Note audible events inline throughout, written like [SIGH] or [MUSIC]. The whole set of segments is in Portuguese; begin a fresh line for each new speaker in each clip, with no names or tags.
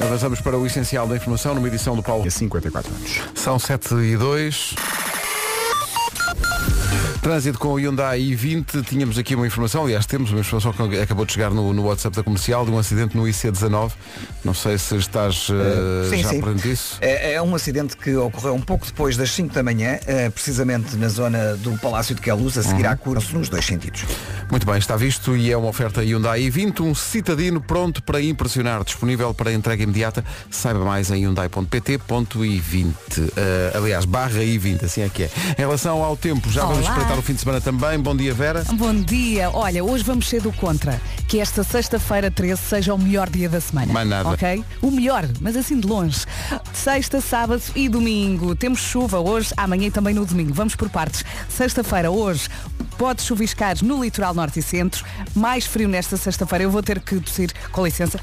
Avançamos para o essencial da informação numa edição do Paulo.
E 54 anos.
São 7 e 2. Trânsito com o Hyundai i20, tínhamos aqui uma informação, aliás temos uma informação que acabou de chegar no, no WhatsApp da comercial de um acidente no IC19. Não sei se estás eh,
Sim,
já
sim.
perante isso.
É, é um acidente que ocorreu um pouco depois das 5 da manhã, eh, precisamente na zona do Palácio de Queluz, a seguir à curso nos dois sentidos.
Muito bem, está visto e é uma oferta Hyundai i20, um citadino pronto para impressionar, disponível para entrega imediata. Saiba mais em hyundai.pt.i20. Eh, aliás, barra i20, assim é que é. Em relação ao tempo, já vamos
Olá.
espreitar o fim de semana também. Bom dia, Vera.
Bom dia. Olha, hoje vamos ser do contra. Que esta sexta-feira 13 seja o melhor dia da semana.
Mais nada.
Ok? O melhor, mas assim de longe. Sexta, sábado e domingo. Temos chuva hoje, amanhã e também no domingo. Vamos por partes. Sexta-feira, hoje, pode chuviscar no litoral norte e centro. Mais frio nesta sexta-feira. Eu vou ter que tossir, com licença,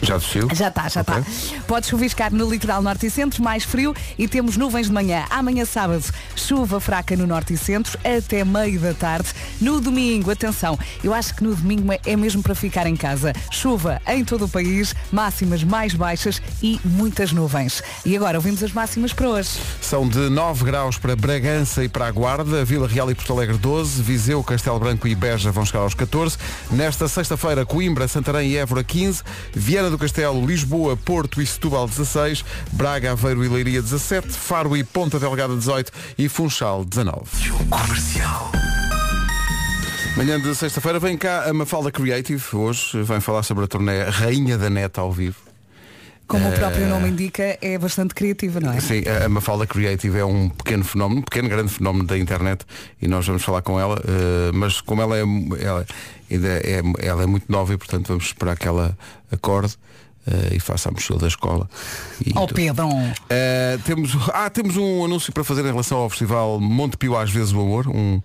Já tossiu?
já está, já está.
Ok.
Pode chuviscar no litoral norte e centro, mais frio e temos nuvens de manhã. Amanhã sábado, chuva fraca no norte e centro até meio da tarde. No domingo, atenção, eu acho que no domingo é mesmo para ficar em casa. Chuva em todo o país, máximas mais baixas e muitas nuvens. E agora ouvimos as máximas para hoje.
São de 9 graus para Bragança e para a Guarda, Vila Real e Porto Alegre 12, Viseu, Castelo Branco e Beja vão chegar aos 14. Nesta sexta-feira, Coimbra, Santarém e Évora 15, Viana do Castelo, Lisboa, Porto e Setúbal 16, Braga, Aveiro e Leiria 17, Faro e Ponta Delgada 18 e Funchal 19. Manhã de sexta-feira vem cá a Mafalda Creative, hoje vem falar sobre a turnê Rainha da Neta ao vivo.
Como o próprio nome indica, é bastante criativa, não é?
Eh, Sim, a- a Mafalda Creative é um pequeno fenómeno, um pequeno grande fenómeno da internet e nós vamos falar com ela, eh, mas como ela é, mu- ela, ainda é, ela é muito nova e portanto vamos esperar que ela acorde eh, e faça a mochila da escola. E
Ó
tudo.
Oh, Pedro,
Eh, temos, ah, temos um anúncio para fazer em relação ao festival Monte Pio às vezes o Amor, um,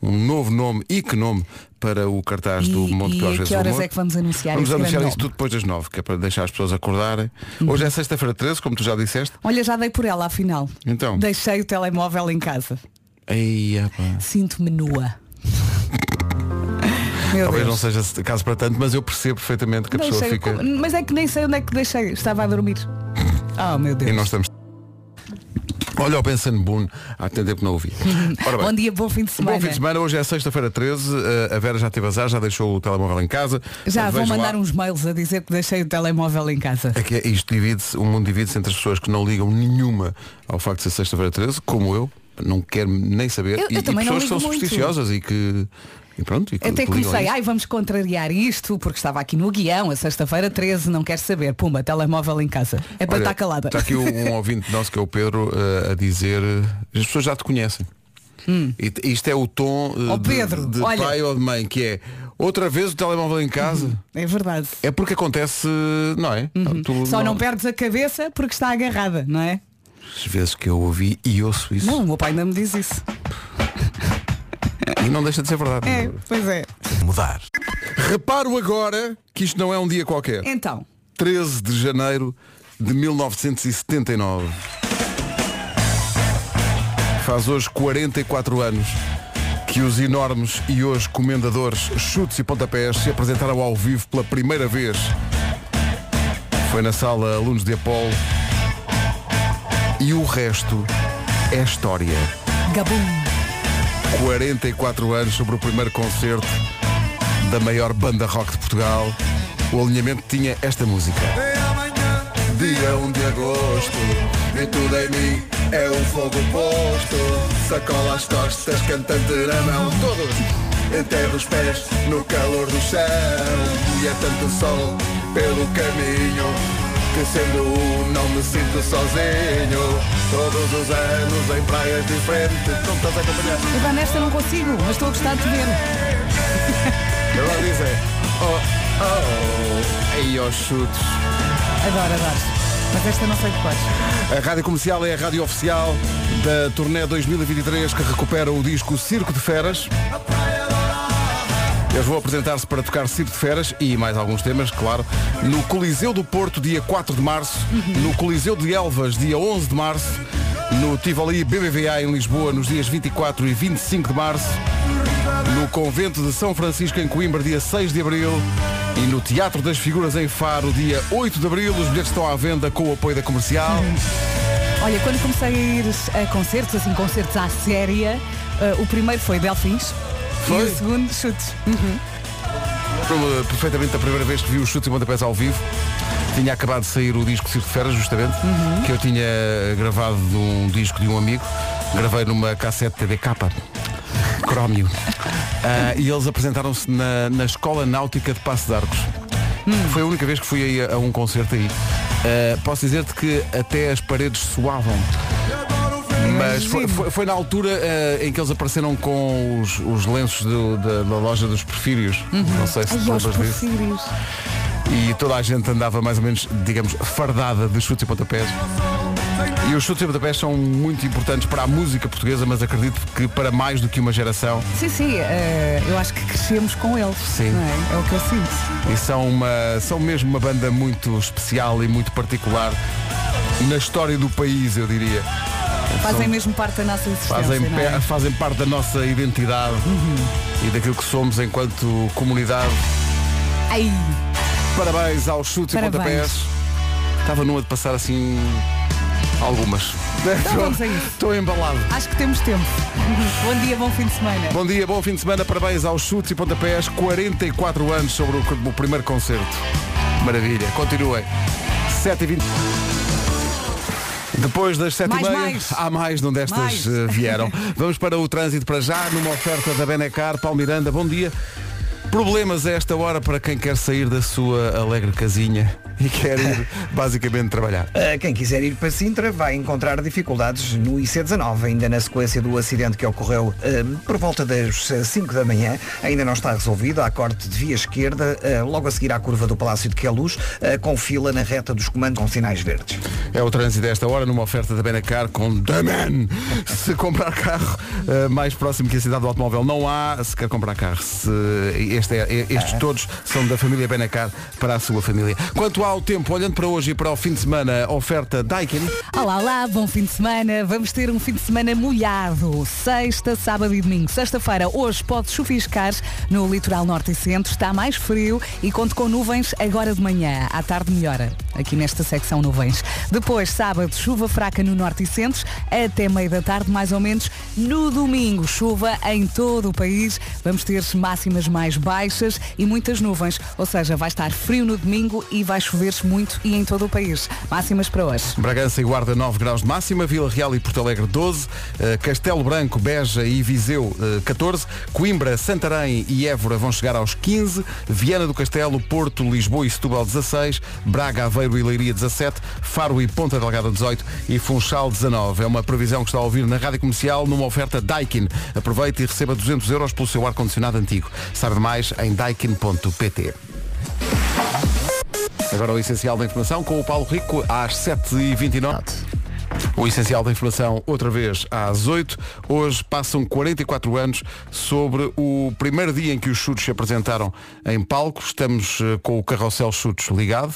um novo nome e que nome para o cartaz
E-
do Monte
e
Pio às
a
vezes
que
o
horas
Amor.
é que vamos anunciar
Vamos
esse grande
anunciar isso
nome? Uhum.
tudo depois das nove, que é para deixar as pessoas acordarem. Hoje é sexta-feira 13, como tu já disseste.
olha, já dei por ela afinal.
Então.
Deixei o telemóvel em casa.
Ei, epá.
Sinto-me nua. Meu
Talvez
Deus.
não seja caso para tanto, mas eu percebo perfeitamente que a
Não
pessoa
sei
fica.
como- mas é que nem sei onde é que deixei. Estava a dormir. Oh meu Deus.
E nós estamos. Olha o Benson Boone, há tanto tempo que não
[LAUGHS]
ouvi. Ora bem.
Bom dia, bom fim de semana.
Bom fim de semana, hoje é sexta-feira 13, eh, a Vera já teve azar, já deixou o telemóvel em casa.
Já
Eh,
vão
vejo
mandar um-
lá.
uns mails a dizer que deixei o telemóvel em casa.
É que é- isto divide-se, o mundo divide-se entre as pessoas que não ligam nenhuma ao facto de ser sexta-feira 13, como eu, não quero nem saber,
Eu-
e,
eu
e
também não
pessoas que são
ligo muito.
supersticiosas e que. E pronto, e que,
Até
que ligam a
comecei,
isso.
ai vamos contrariar isto, porque estava aqui no guião, a sexta-feira 13, não quer saber, pumba, telemóvel em casa. É para
Olha,
estar calada.
Está aqui
[LAUGHS]
um ouvinte nosso que é o Pedro eh, a dizer eh, as pessoas já te conhecem. E t- isto é o tom eh,
Ó,
de-
Hum. Oh, Pedro,
de,
olha.
pai ou de mãe, que é outra vez o telemóvel em casa.
É verdade.
É porque acontece, eh, não é? Tu
Uhum. Só não perdes a cabeça porque está agarrada, não é?
As vezes que eu ouvi e ouço isso.
Não, o meu pai ainda me diz isso.
E não deixa de ser verdade.
É, pois é.
Mudar. Reparo agora que isto não é um dia qualquer.
Então,
13 de janeiro de 1979. Faz hoje 44 anos que os enormes e hoje comendadores Chutes e Pontapés se apresentaram ao vivo pela primeira vez. Foi na sala Alunos de Apolo. E o resto é história.
Gabum.
44 anos sobre o primeiro concerto da maior banda rock de Portugal. O alinhamento tinha esta música. Dia 1 de agosto, e tudo em mim é um fogo posto. Sacola as costas, cantante na mão, todos. Enterro os pés no calor do chão. E é tanto sol pelo caminho, que sendo um não me sinto sozinho. Todos os anos em praias diferentes, não estás a acompanhar?
Eu já nesta não consigo, mas estou a gostar de te ver.
Agora dizem, oh, oh, aí aos chutes.
Adoro, adoro. Mas esta não sei de quais.
A Rádio Comercial é a rádio oficial da turnê 2023 que recupera o disco Circo de Feras. Eles vão apresentar-se para tocar Circo de Feras e mais alguns temas, claro, no Coliseu do Porto, dia 4 de março, no Coliseu de Elvas, dia 11 de março, no Tivoli BBVA em Lisboa, nos dias 24 e 25 de março, no Convento de São Francisco em Coimbra, dia 6 de abril E no Teatro das Figuras em Faro, dia 8 de Abril, os bilhetes estão à venda com o apoio da comercial.
Olha, quando comecei a ir a concertos, assim, concertos à séria, eh, o primeiro foi Delfins
Foi?
e o segundo Chutes.
Lembro-me eh, perfeitamente da primeira vez que vi os chutes e pontapés ao vivo. Tinha acabado de sair o disco Circo de Feras, justamente,
Uhum.
que eu tinha eh, gravado de um disco de um amigo. Gravei numa cassete TVK, Crómio.
[LAUGHS]
Ah, e eles apresentaram-se na, na Escola Náutica de Passo de Arcos.
Hum.
Foi a única vez que fui aí a, a um concerto aí. Ah, posso dizer-te que até as paredes soavam. Mas foi, foi- foi na altura eh, em que eles apareceram com os, os lenços do- da, da loja dos Perfírios. Não sei se te
Uhum. Ai, aos
lembras disso.
porfírios.
E toda a gente andava mais ou menos, digamos, fardada de chutes e pontapés. E os chutes e pontapés são muito importantes para a música portuguesa, mas acredito que para mais do que uma geração.
Sim, sim, eh, eu acho que crescemos com eles.
Sim.
não é? É o que eu sinto.
E são, uma, são mesmo uma banda muito especial e muito particular na história do país, eu diria.
Fazem mesmo parte da nossa existência.
fazem,
não é? Uhum.
pe- fazem parte da nossa identidade e daquilo que somos enquanto comunidade.
Ai,
Parabéns aos chutes
Parabéns.
e pontapés. Estava numa de passar assim algumas.
Então vamos a isso.
Estou embalado.
acho que temos tempo. [LAUGHS] bom dia, bom fim de semana.
Bom dia, bom fim de semana, parabéns aos chutes e pontapés, 44 anos sobre o, o primeiro concerto. Maravilha, continuem. 7 e 20 Depois das 7
Mais,
e meia,
mais.
há mais de onde estas
Mais.
eh,
[LAUGHS]
vieram. Vamos para o trânsito para já, numa oferta da Benecar. Paulo Miranda, bom dia. Problemas a esta hora para quem quer sair da sua alegre casinha e quer ir
[LAUGHS]
basicamente trabalhar.
Uh, Quem quiser ir para Sintra vai encontrar dificuldades no IC19, ainda na sequência do acidente que ocorreu um, por volta das uh, 5 da manhã. Ainda não está resolvido, há corte de via esquerda, uh, logo a seguir à curva do Palácio de Queluz, uh, com fila na reta dos comandos com sinais verdes.
É o trânsito desta hora numa oferta da Benacar com The Man. Se comprar carro eh, mais próximo que a cidade do automóvel não há, se quer comprar carro, se, este é- é- estes todos são da família Benacar para a sua família. Quanto ao tempo, olhando para hoje e para o fim de semana, oferta Daikin.
Olá, olá, bom fim de semana. Vamos ter um fim de semana molhado. Sexta, sábado e domingo. Sexta-feira, hoje pode chuviscar no litoral norte e centro. Está mais frio e conto com nuvens agora de manhã. À tarde melhora, aqui nesta secção nuvens. Depois, sábado, chuva fraca no norte e centro. Até meio da tarde, mais ou menos. No domingo, chuva em todo o país. Vamos ter máximas mais baixas e muitas nuvens. Ou seja, vai estar frio no domingo e vai chover muito e em todo o país. Máximas para hoje.
Bragança e Guarda 9 graus de máxima, Vila Real e Porto Alegre 12, eh, Castelo Branco, Beja e Viseu eh, 14, Coimbra, Santarém e Évora vão chegar aos 15, Viana do Castelo, Porto, Lisboa e Setúbal 16, Braga, Aveiro e Leiria 17, Faro e Ponta Delgada 18 e Funchal 19. É uma previsão que está a ouvir na Rádio Comercial numa oferta Daikin. Aproveite e receba 200 euros pelo seu ar-condicionado antigo. Sabe mais em daikin.pt. Agora o essencial da informação com o Paulo Rico às 7h29. O essencial da informação outra vez às 8. Hoje passam 44 anos sobre o primeiro dia em que os chutes se apresentaram em palco. Estamos eh, com o carrossel chutes ligado.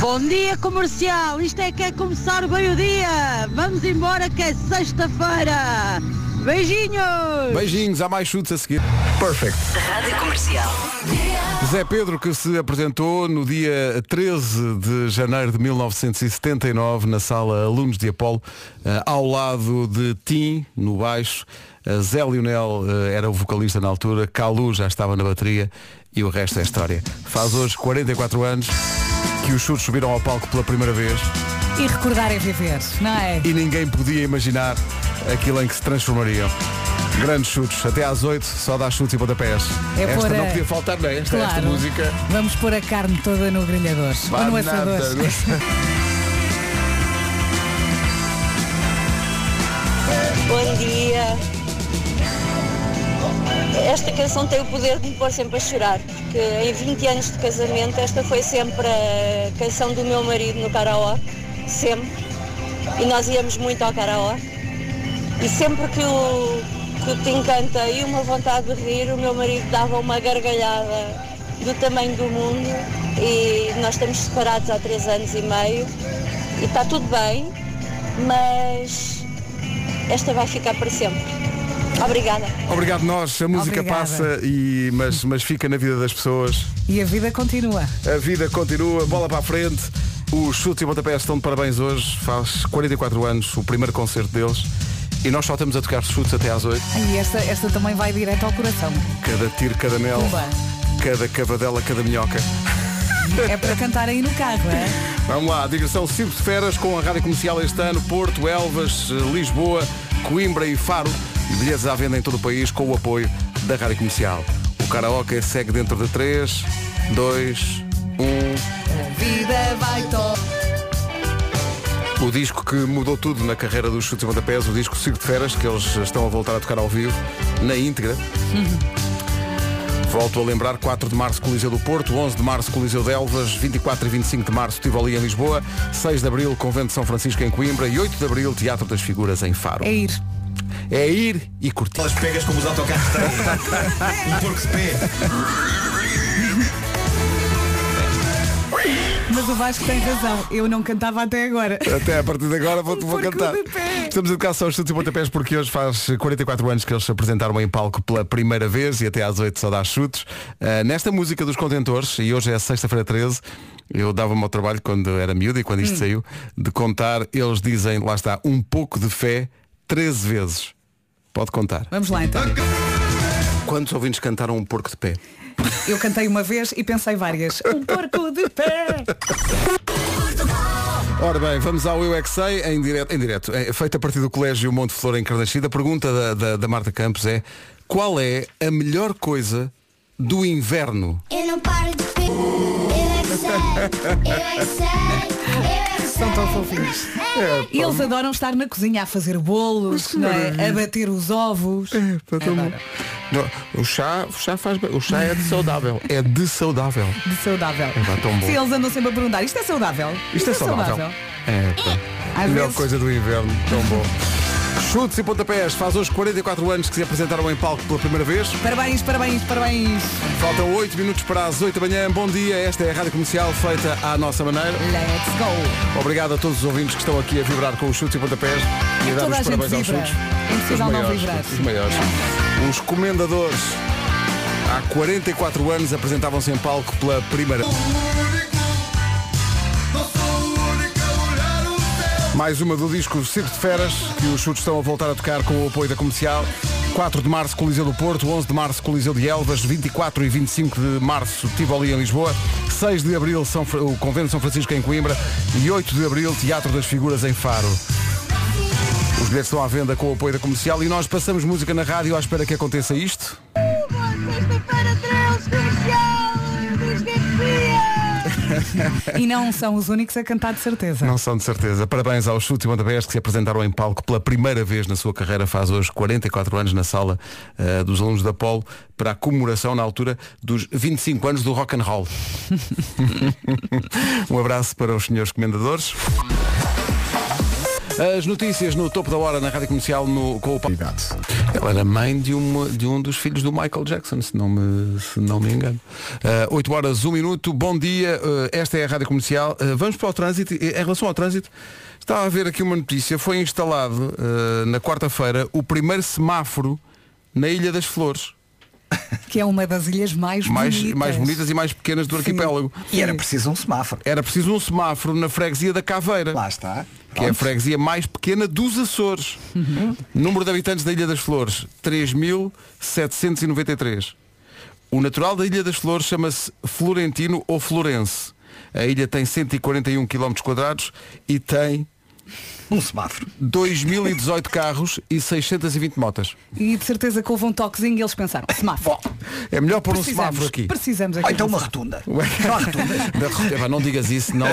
Bom dia comercial, isto é que é começar bem o dia. Vamos embora que é sexta-feira. Beijinhos!
Beijinhos, há mais chutes a seguir. Perfect.
Rádio Comercial.
Zé Pedro que se apresentou no dia 13 de janeiro de 1979 na sala Alunos de Apolo, eh, ao lado de Tim no baixo, eh, Zé Lionel eh, era o vocalista na altura, Calu já estava na bateria e o resto é história. Faz hoje 44 anos que os chutes subiram ao palco pela primeira vez
E recordar é viver, não é?
e ninguém podia imaginar aquilo em que se transformariam. Grandes chutes, até às 8 só dá chutes e pontapés.
É
esta
pôr a-
não podia faltar, não é? Esta, esta música.
Vamos pôr a carne toda no grelhador. ou no assador.
é?
Bom dia. Esta canção tem o poder de me pôr sempre a chorar, porque em 20 anos de casamento esta foi sempre a canção do meu marido no karaoke, sempre. E nós íamos muito ao karaoke. E sempre que o, que o Tim canta e uma vontade de rir, o meu marido dava uma gargalhada do tamanho do mundo. E nós estamos separados há 3 anos e meio. E está tudo bem, mas esta vai ficar para sempre. Obrigada.
[LAUGHS] Obrigado nós, a música
Obrigada.
passa, e, mas, mas fica na vida das pessoas.
E a vida continua.
A vida continua, bola para a frente. Os chutes e pontapés estão de parabéns hoje, faz 44 anos, o primeiro concerto deles. E nós só estamos a tocar chutes até às 8.
E esta, esta também vai direto ao coração.
Cada tiro, cada mel,
Pumba.
cada cavadela, cada minhoca.
É para cantar aí no carro,
[LAUGHS]
é?
Vamos lá, digressão Circo de Feras com a Rádio Comercial este ano, Porto, Elvas, eh, Lisboa, Coimbra e Faro. E bilhetes à venda em todo o país com o apoio da Rádio Comercial. O karaoke segue dentro de um. 3, 2, 1.
A vida vai top.
O disco que mudou tudo na carreira dos chutes e pontapés, o disco Circo de Feras, que eles estão a voltar a tocar ao vivo, na íntegra. Volto a lembrar, 4 de março Coliseu do Porto, 11 de março Coliseu de Elvas, 24 e 25 de março Tivoli em Lisboa, 6 de abril Convento de São Francisco em Coimbra e 8 de abril Teatro das Figuras em Faro.
É ir.
É ir e curtir.
Elas pegas como os autocarros têm. um porco de pé.
Mas o Vasco tem razão. Eu não cantava até agora.
Até a partir de agora vou, vou
Porque
cantar.
de pé.
Estamos a dedicar só aos chutes e pontapés porque hoje faz 44 anos que eles se apresentaram em palco pela primeira vez e até às 8 só dá chutes. Ah, nesta música dos contentores, e hoje é sexta-feira 13, eu dava-me ao trabalho quando era miúdo e quando
Hum.
isto saiu, de contar, eles dizem, lá está, um pouco de fé 13 vezes. Pode contar.
Vamos lá então.
Quantos ouvintes cantaram um porco de pé?
Eu cantei uma vez e pensei várias. Um porco de pé.
Ora bem, vamos ao Eu é que Sei, em direto, em direto é, feito a partir do Colégio Monte Flor em Carnascida. A pergunta da, da, da Marta Campos é qual é a melhor coisa do inverno?
Eu não paro de pe... Eu é que sei, eu é que sei, eu é que sei.
São tão fofinhos. E eles adoram estar na cozinha a fazer bolos, não é? a bater os ovos.
Então, É. Não, o, chá, o chá faz bem. O chá é de saudável. É de saudável.
De saudável.
pá, tão bom.
Se eles andam sempre a perguntar, isto é saudável?
Isto é saudável. É, pá.
Às
melhor
vezes-
coisa do inverno, tão bom. Chutes e pontapés, faz hoje 44 anos que se apresentaram em palco pela primeira vez.
Parabéns, parabéns, parabéns.
Faltam 8 minutos para as 8 da manhã. Bom dia, esta é a Rádio Comercial feita à nossa maneira.
Let's go.
Obrigado a todos os ouvintes que estão aqui a vibrar com os chutes e pontapés e a dar
Toda
os
a gente
parabéns aos
vibra.
chutes.
É
Os
impossível não
maiores,
vibrar.
os maiores. Os comendadores há 44 anos apresentavam-se em palco pela primeira. Mais uma do disco Circo de Feras, que os chutes estão a voltar a tocar com o apoio da comercial. 4 de março, Coliseu do Porto. 11 de março, Coliseu de Elvas. 24 e 25 de março, Tivoli em Lisboa. 6 de abril, São Fra- o Convento de São Francisco em Coimbra. E 8 de abril, Teatro das Figuras em Faro. Os bilhetes estão à venda com o apoio da comercial e nós passamos música na rádio à espera que aconteça isto.
Sexta-feira 13, é
E não são os únicos a cantar de certeza.
Não são de certeza. Parabéns aos Chute e Pontapés que se apresentaram em palco pela primeira vez na sua carreira, faz hoje 44 anos, na sala eh, dos alunos da Polo, para a comemoração na altura dos 25 anos do rock and roll. um abraço para os senhores comendadores. As notícias no topo da hora na Rádio Comercial no, com o Paulo. Ela era mãe de, uma, de um dos filhos do Michael Jackson, se não me, se não me engano. Uh, 8 horas, 1 minuto, bom dia, uh, esta é a Rádio Comercial. Uh, vamos para o trânsito. E, Em relação ao trânsito, estava a ver aqui uma notícia. Foi instalado uh, na quarta-feira o primeiro semáforo na Ilha das Flores.
Que é uma das ilhas mais,
Mais
bonitas.
mais bonitas e mais pequenas do arquipélago.
E era preciso um semáforo.
Era preciso um semáforo na freguesia da Caveira.
Lá está.
que é a freguesia mais pequena dos Açores. Número de habitantes da Ilha das Flores, 3.793. O natural da Ilha das Flores chama-se Florentino ou Florense. A ilha tem 141 km um quadrados e tem
Um semáforo.
2018 carros e 620 motas.
E de certeza que houve um toquezinho e eles pensaram, semáforo.
É melhor pôr um
Precisamos,
semáforo aqui. Ah,
Precisamos aqui.
Ou então
de um
uma
semáforo.
rotunda.
Ué.
Não há rotundas.
[LAUGHS] Da- Epá, não digas isso, não.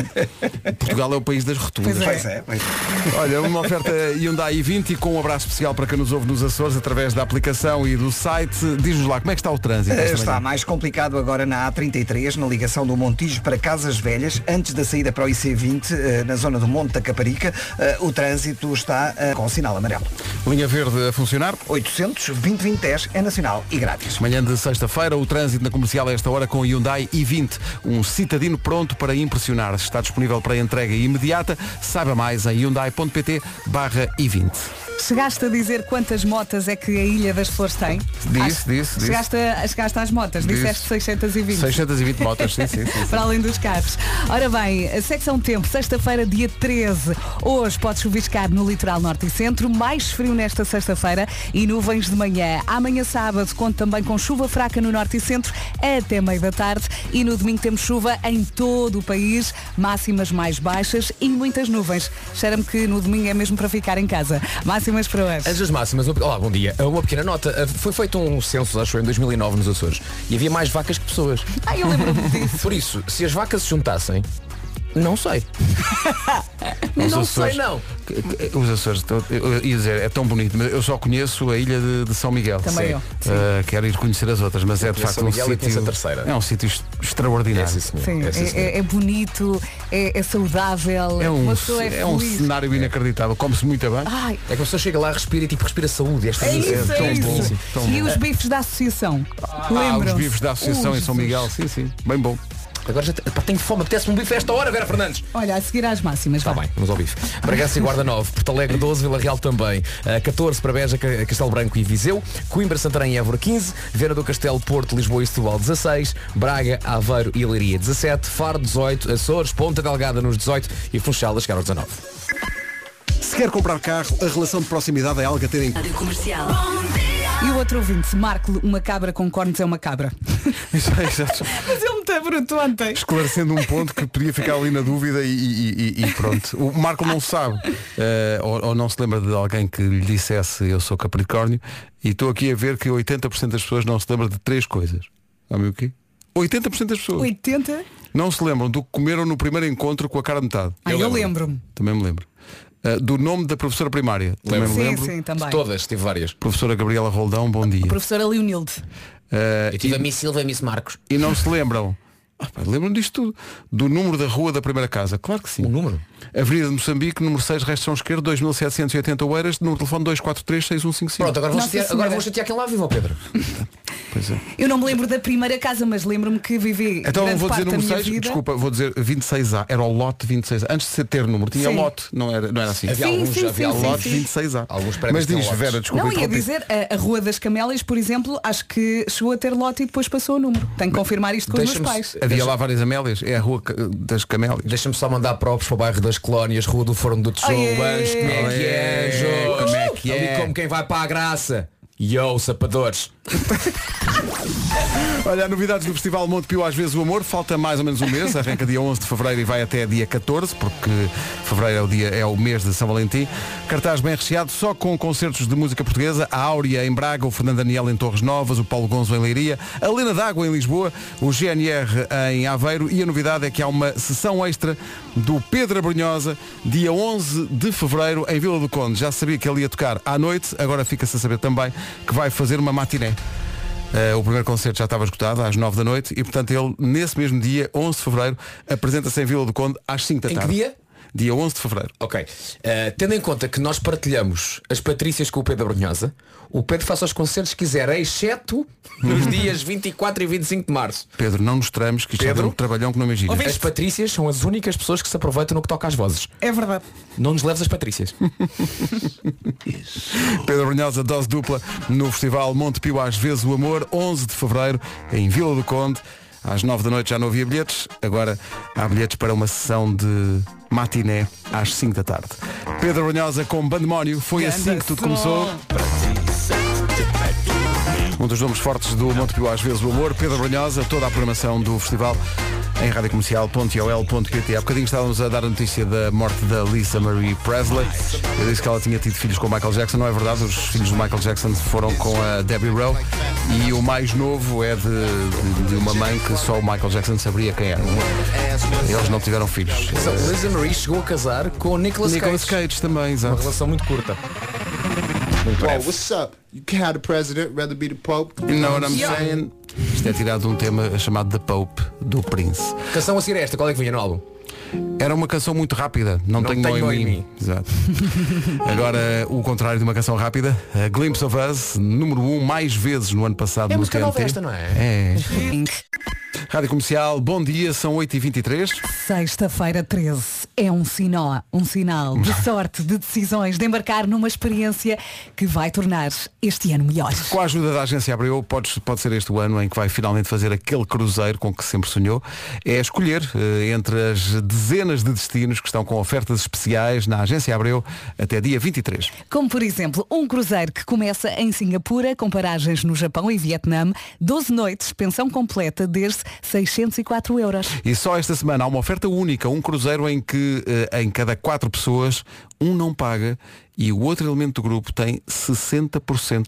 Portugal é o país das rotundas.
Pois
Pois é, pois é.
Olha, uma oferta Hyundai i20 e com um abraço especial para quem nos ouve nos Açores através da aplicação e do site. Diz-nos lá, como é que está o trânsito? esta
Eh, Está
manhã?
mais complicado agora na A33, na ligação do Montijo para Casas Velhas, antes da saída para o IC20, eh, na zona do Monte da Caparica, eh, o trânsito está eh, com o sinal amarelo.
Linha verde a funcionar.
800 2010 é nacional e grátis.
Manhã de sexta-feira, o trânsito na comercial a esta hora com Hyundai i20, um citadino pronto para impressionar. Está disponível para entrega imediata. Saiba mais em hyundai.pt barra i20.
Chegaste a dizer quantas motas é que a Ilha das Flores tem?
Disse,
Acho-
disse, disse.
Chegaste, a- chegaste às motas,
Disse.
disseste 620.
620 motas, sim, sim, sim.
Para além dos carros. Ora bem, a secção tempo, sexta-feira, dia 13. Hoje pode chuviscar no litoral norte e centro, mais frio nesta sexta-feira e nuvens de manhã. Amanhã sábado conto também com chuva fraca no norte e centro até meio da tarde e no domingo temos chuva em todo o país, máximas mais baixas e muitas nuvens. Cheira-me que no domingo é mesmo para ficar em casa. Máximas para hoje.
As máximas, uma- olá, bom dia. Uma pequena nota. Foi feito um censo, acho eu, em 2009 nos Açores. E havia mais vacas que pessoas.
Ah, eu lembro-me disso.
Por isso, se as vacas se juntassem, não sei.
Os
não
Açores.
sei, não.
Que- que- Os Açores, tô- eu ia dizer, é tão bonito, mas eu só conheço a ilha de, de São Miguel.
Também
Sim.
eu.
Ah, quero ir conhecer as outras, mas é de
conheço
facto
São
um
Miguel e conheço
sítio.
a terceira.
É um sítio est- extraordinário.
É, sim, senhor.
Sim,
É, sim,
é,
senhor.
é- é bonito, é, é saudável,
É um,
uma pessoa é,
é um
feliz. Ah,
cenário inacreditável, come-se muito bem.
Ai,
É que a pessoa chega lá, respira e tipo, respira saúde. Esta
é isso,
isso, é
é,
tão bom,
isso.
tão
E
bom.
os bifes da associação.
Ah, os
Lembram-se? Oh,
bifes da Associação em São
Jesus.
Miguel, sim, sim, bem bom.
Agora já te- pá, tenho fome, apetece-me um bife a esta hora, Vera Fernandes.
Olha, a seguir às máximas.
Tá
Está
vá.
Tá bem, vamos ao bife. Bragança e Guarda 9, Porto Alegre 12, Vila Real também. eh, 14 para Beja, Ca- Castelo Branco e Viseu. Coimbra, Santarém e Évora 15. Viana do Castelo, Porto, Lisboa e Setúbal 16. Braga, Aveiro e Leiria 17. Faro 18. Açores, Ponta Delgada nos 18. E Funchal a chegar aos 19.
Se quer comprar carro, a relação de proximidade é algo a ter em
Rádio Comercial.
E o outro ouvinte, Marco, uma cabra com cornos é uma cabra.
é,
[LAUGHS] Mas ele me está bruto ontem.
Esclarecendo um ponto que podia ficar ali na dúvida e, e- e- e pronto. O Marco não sabe, eh, ou, ou não se lembra de alguém que lhe dissesse eu sou Capricórnio e estou aqui a ver que 80% das pessoas não se lembram de três coisas. Sabe o quê? 80% das pessoas
80?
não se lembram do que comeram no primeiro encontro com a cara de metade.
Ah, eu lembro-me.
Também me lembro. Eh, do nome da professora primária. Também me
Sim,
lembro.
sim, também.
Todas, tive várias.
Professora Gabriela Roldão, bom dia.
Professora Leonilde.
Eh,
Eu tive a Miss Silva e a Miss Marcos.
e não se lembram. Ah, pá, Lembram disto tudo. Do número da rua da primeira casa. Claro que sim.
O número?
Avenida de Moçambique, número 6, Resto Esquerdo, 2780 Oeiras, número de telefone 243 6155.
Pronto, agora vou,
Nossa
chatear,
Senhora.
agora vou chatear quem lá vive, ó Pedro.
Pois é.
Eu não me lembro da primeira casa, mas lembro-me que vivi
Então
grande
vou dizer
parte da
número
minha
6,
vida.
desculpa, vou dizer 26A, era o lote 26A. Antes de ter número, tinha
Sim.
lote, não era, não era assim.
Havia
Sim,
alguns,
sim,
havia
sim,
alguns.
lote 26A.
Alguns prédios
Mas
têm
diz,
lotes.
Vera, desculpa.
não, ia
interrompi.
dizer, a, a Rua das Camélias, por exemplo, acho que chegou a ter lote e depois passou o número. Tenho que confirmar isto com os meus
Deixa-me-
pais.
Havia
Deixa-
lá várias Amélias, é a rua ca- das Camélias.
Deixa-me só mandar props para o bairro das Colónias, Rua do Forno do Tesouro.
Ai, ai,
Anjos, como é que é, Anjos?
Como é que é?
Ali como quem vai para a graça. Yo, sapadores.
Olha, novidades do Festival Monte Pio às vezes o amor, falta mais ou menos um mês, arranca dia 11 de fevereiro e vai até dia 14, porque fevereiro é o, dia, é o mês de São Valentim. Cartaz bem recheado, só com concertos de música portuguesa, a Áurea em Braga, o Fernando Daniel em Torres Novas, o Paulo Gonzo em Leiria, a Lena d'Água em Lisboa, o GNR em Aveiro e a novidade é que há uma sessão extra do Pedro Abrunhosa, dia 11 de fevereiro em Vila do Conde. Já se sabia que ele ia tocar à noite, agora fica-se a saber também que vai fazer uma matiné. Eh, o primeiro concerto já estava esgotado às 9 da noite e, portanto, ele, nesse mesmo dia, 11 de fevereiro, apresenta-se em Vila do Conde às 5 da
Em que
tarde.
dia?
Dia 11 de fevereiro.
Ok. Eh, tendo em conta que nós partilhamos as Patrícias com o Pedro Brunhosa, o Pedro faz os concertos que quiser, exceto [LAUGHS] nos dias 24 e 25 de março.
Pedro, não nos tramos, que isto já
Pedro?
deu um trabalhão que não imagina.
As Patrícias são as únicas pessoas que se aproveitam no que toca às vozes.
É verdade.
Não nos leves as [LAUGHS] Patrícias.
Pedro Brunhosa, dose dupla, no Festival Monte Pio às vezes o amor, 11 de fevereiro, em Vila do Conde. Às 9 da noite já não havia bilhetes, agora há bilhetes para uma sessão de matiné às 5 da tarde. Pedro Brunhosa com Bandemónio, foi assim que tudo começou. Um dos nomes fortes do Monte Pio às vezes o amor, Pedro Brunhosa, toda a programação do festival em radiocomercial.ol.pt Há bocadinho estávamos a dar a notícia da morte da Lisa Marie Presley. Eu disse que ela tinha tido filhos com o Michael Jackson, não é verdade? Os filhos do Michael Jackson foram com a Debbie Rowe e o mais novo é de, de- de uma mãe que só o Michael Jackson sabia quem era. Eles não tiveram filhos.
Então, Lisa Marie chegou a casar com o Nicolas,
Nicolas
Cage.
Cage também, exato.
Uma relação muito curta. Muito breve.
what's up? You can't have the president, rather be the pope.
You know what I'm saying? Isto é tirado de um tema chamado The Pope, do Prince.
Canção a seguir a esta, qual é que vinha no álbum?
Era uma canção muito rápida, não, tenho,
tenho
mão
mão
em
em
mim.
mim.
Exato. [LAUGHS] Agora, o contrário de uma canção rápida, a Glimpse of Us, número 1 um, mais vezes no ano passado
É
no
música
TNT.
nova esta, não é?
É. Rádio Comercial, bom dia, são 8h23.
Sexta-feira 13 é um sinal, um sinal de sorte, de decisões, de embarcar numa experiência que vai tornar este ano melhor.
Com a ajuda da agência Abreu, pode, pode ser este o ano em que vai finalmente fazer aquele cruzeiro com que sempre sonhou. É escolher eh, entre as dezenas de destinos que estão com ofertas especiais na agência Abreu até dia 23.
Como por exemplo, um cruzeiro que começa em Singapura, com paragens no Japão e Vietnã, 12 noites, pensão completa desde 604 euros.
E só esta semana há uma oferta única, um cruzeiro em que eh, em cada quatro pessoas um não paga e o outro elemento do grupo tem 60%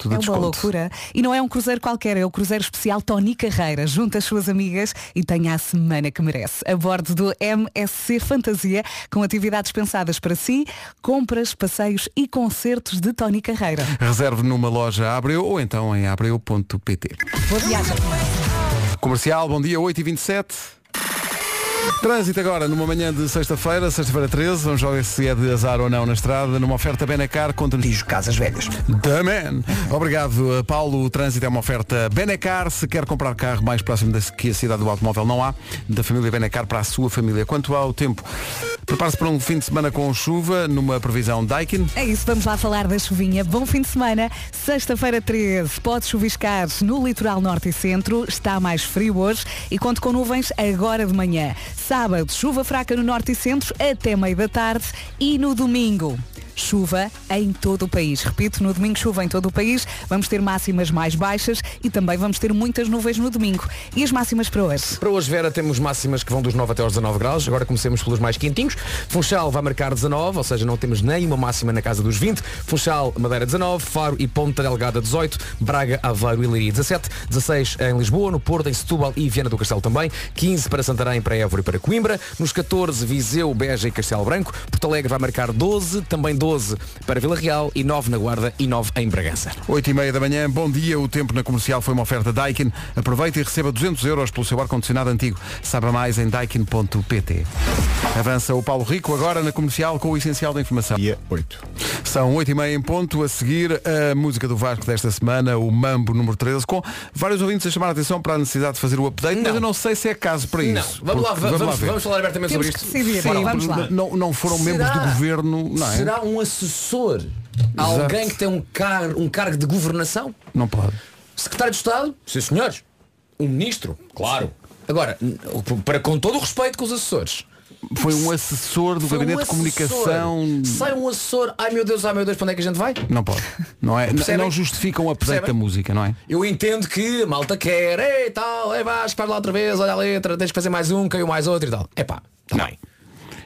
de
É uma
desconto.
loucura. E não é um cruzeiro qualquer, é o cruzeiro especial Tony Carreira. Junta as suas amigas e tenha a semana que merece. A bordo do MSC Fantasia, com atividades pensadas para si, compras, passeios e concertos de Tony Carreira.
Reserve numa loja Abreu ou então em abreu.pt.
Boa viagem.
Comercial, bom dia, 8h27. Trânsito agora, numa manhã de sexta-feira, sexta-feira 13, vamos jogar se é de azar ou não na estrada, numa oferta Benacar contra
Diz Casas Velhas.
The Man. Obrigado, eh, Paulo. O trânsito é uma oferta Benacar. Se quer comprar carro mais próximo da que a cidade do automóvel não há, da família Benacar para a sua família. Quanto ao tempo, prepare-se para um fim de semana com chuva, numa previsão Daikin.
É isso, vamos lá falar da chuvinha. Bom fim de semana. Sexta-feira 13, pode chuviscar no litoral norte e centro. Está mais frio hoje e conto com nuvens agora de manhã. Sábado, chuva fraca no norte e centro até meio da tarde. E no domingo, chuva em todo o país. Repito, no domingo chuva em todo o país. Vamos ter máximas mais baixas e também vamos ter muitas nuvens no domingo. E as máximas para hoje?
Para hoje, Vera, temos máximas que vão dos 9 até aos 19 graus. Agora comecemos pelos mais quentinhos. Funchal vai marcar 19, ou seja, não temos nenhuma máxima na casa dos 20. Funchal, Madeira 19, Faro e Ponta Delgada 18, Braga, Aveiro e Leiria 17, 16 em Lisboa, no Porto, em Setúbal e Viana do Castelo também, 15 para Santarém, para Évora e para Coimbra, nos 14 Viseu, Beja e Castelo Branco, Porto Alegre vai marcar 12, também 12 para Vila Real e 9 na Guarda e 9 em Bragança.
8 e meia da manhã, bom dia. O tempo na comercial foi uma oferta Daikin. Aproveita e receba 200 euros pelo seu ar-condicionado antigo. Saiba mais em daikin.pt. Avança o Paulo Rico agora na comercial com o essencial da informação.
Dia 8.
São 8 e meia em ponto. A seguir, a música do Vasco desta semana, o Mambo número 13, com vários ouvintes a chamar a atenção para a necessidade de fazer o update, mas eu não sei se é caso para
Não,
isso.
vamos lá,
Porque-
vamos,
ver.
vamos falar abertamente
Temos
sobre isto.
que decidir.
Sim,
vamos lá.
Não, não foram
Será-
membros do governo, não é?
Será um assessor? a
Exato.
Alguém que tem um, car um cargo de governação?
Não pode.
Secretário de Estado? Sim, senhores. Um ministro? Claro. Agora, n- para, com todo o respeito com os assessores.
Foi um assessor do
foi um
gabinete de comunicação.
assessor. Sai um assessor, ai meu Deus, ai meu Deus, para onde é que a gente vai?
Não pode. Não é?
Percebem?
Não justificam o update da
Percebem?
música, não é?
Eu entendo que a malta quer, ei tal, ei vais, para lá outra vez, olha a letra, tens que fazer mais um, caiu mais outro e tal. É pá, está bem.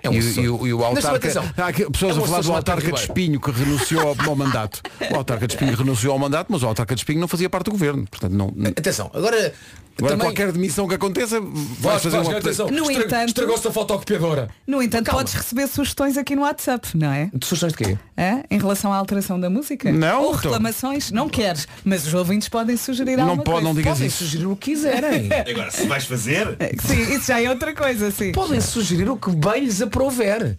É um
E,
assessor.
e o- e o
Mas,
autarca.
atenção,
Há aqui pessoas
é um
a falar
assessor
do
chamado
autarca de
Ribeiro.
espinho que renunciou ao, ao mandato. O autarca de espinho renunciou ao mandato, mas o autarca de espinho não fazia parte do governo. Portanto, não.
Atenção, agora,
Agora
também,
qualquer demissão que aconteça, vai
Vais
fazer
fazer
uma
atenção.
No
Estra-
entanto-
Estragou-se a fotocopiadora.
No entanto,
Calma.
podes receber sugestões aqui no WhatsApp, não é?
De sugestões de quê?
Hã? Em relação à alteração da música?
Não,
Ou
então.
reclamações? Não queres. Mas os ouvintes podem sugerir
Não
alguma
pode,
coisa.
não digas
Podem
isso.
sugerir o que [LAUGHS] quiserem.
Agora, se vais fazer,
Sim, isso já é outra coisa, sim.
Podem sugerir o que bem lhes aprouver.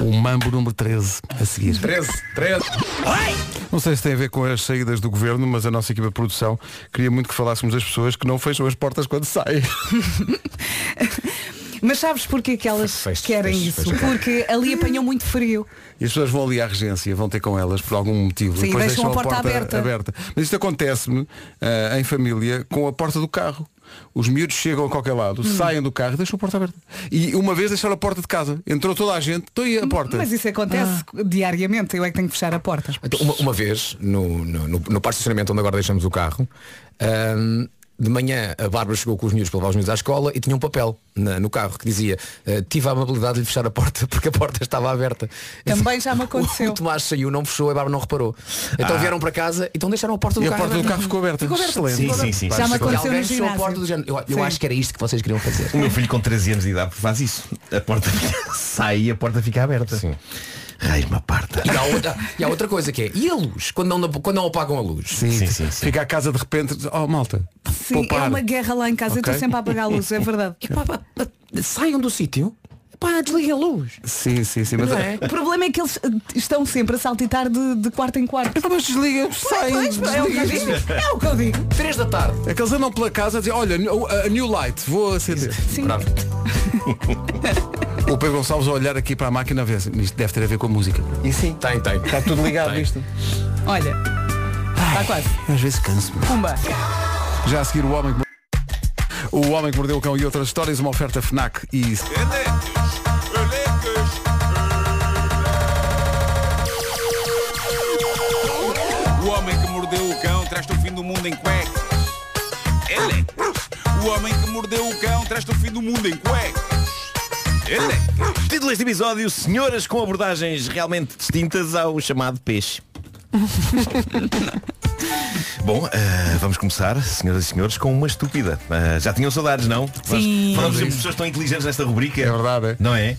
O Um Mambo número 13 a seguir.
13, 13.
Não sei se tem a ver com as saídas do governo, mas a nossa equipa de produção queria muito que falássemos das pessoas que não fecham as portas quando saem.
Mas sabes porquê que elas
Fecho, fecho,
querem
fecho,
isso?
fecho.
Porque ali apanham muito frio.
E as pessoas vão ali à regência, vão ter com elas por algum motivo.
Sim,
Depois
deixam a porta aberta.
Mas isto acontece-me ah, em família com a porta do carro. Os miúdos chegam a qualquer lado,
Hum.
saem do carro e deixam a porta aberta. E uma vez deixaram a porta de casa. Entrou toda a gente, estou aí a porta.
Mas isso acontece
Ah.
diariamente. Eu é que tenho que fechar a porta.
Então, uma, uma vez, no, no, no, no parque de estacionamento onde agora deixamos o carro, ahm, de manhã a Bárbara chegou com os miúdos para levar os miúdos à escola e tinha um papel na- no carro que dizia ah, tive a amabilidade de lhe fechar a porta [LAUGHS] porque a porta estava aberta.
Também já me aconteceu.
[LAUGHS] O, Tomás saiu, não fechou, a Bárbara não reparou. Então vieram para casa e então deixaram a porta do
Ah. E a
carro
porta do
aberta.
carro ficou aberta.
Ficou aberta.
Excelente.
Sim, sim, sim.
Já me
sim.
E
aconteceu no
alguém fechou a
ginásio.
porta do género. Eu, eu
Sim.
acho que era isto que vocês queriam fazer.
o meu filho com 13 anos de idade faz isso. A porta [LAUGHS] sai e a porta fica aberta.
Sim.
Raiz-me a parta.
E há, outra, e há outra coisa que é, e a luz? Quando não, quando não apagam a luz?
Sim, sim, sim.
Fica a casa de repente, oh malta,
Sim,
poupar.
é uma guerra lá em casa. Eu
Ok.
estou sempre a apagar a luz,
[LAUGHS]
é verdade.
Pá, pá, pá, saiam do sítio. Pá, desliguem a luz.
Sim, sim, sim. Mas,
Não é?
O problema é que eles eh, estão sempre a saltitar de, de quarto em quarto.
Então, mas desliga,
Pois,
saem,
pois, é o que eu
desliga.
digo. É o que eu digo.
Três da tarde.
É que eles andam pela casa a dizer, olha, a new light, vou acender.
Sim.
O Pedro Gonçalves a olhar aqui para a máquina a ver se isto deve ter a ver com a música.
E sim.
Tem, tem.
Está tudo ligado
Tem.
isto.
Olha. Está Tá quase.
Às vezes canso-me.
Pumba.
Já a seguir o homem que Mordeu- o homem que mordeu o cão e outras histórias, uma oferta FNAC e
O homem que mordeu o cão traz-te o fim do mundo em cuecas. Elecas. O homem que mordeu o cão traz-te o fim do mundo em cuecas. Elecas.
Título deste episódio, senhoras com abordagens realmente distintas ao chamado peixe. Bom, eh, vamos começar, senhoras e senhores, com uma estúpida. Eh, já tinham saudades, não?
Sim.
Falamos de pessoas tão inteligentes nesta rubrica. É
verdade, é?
Não é?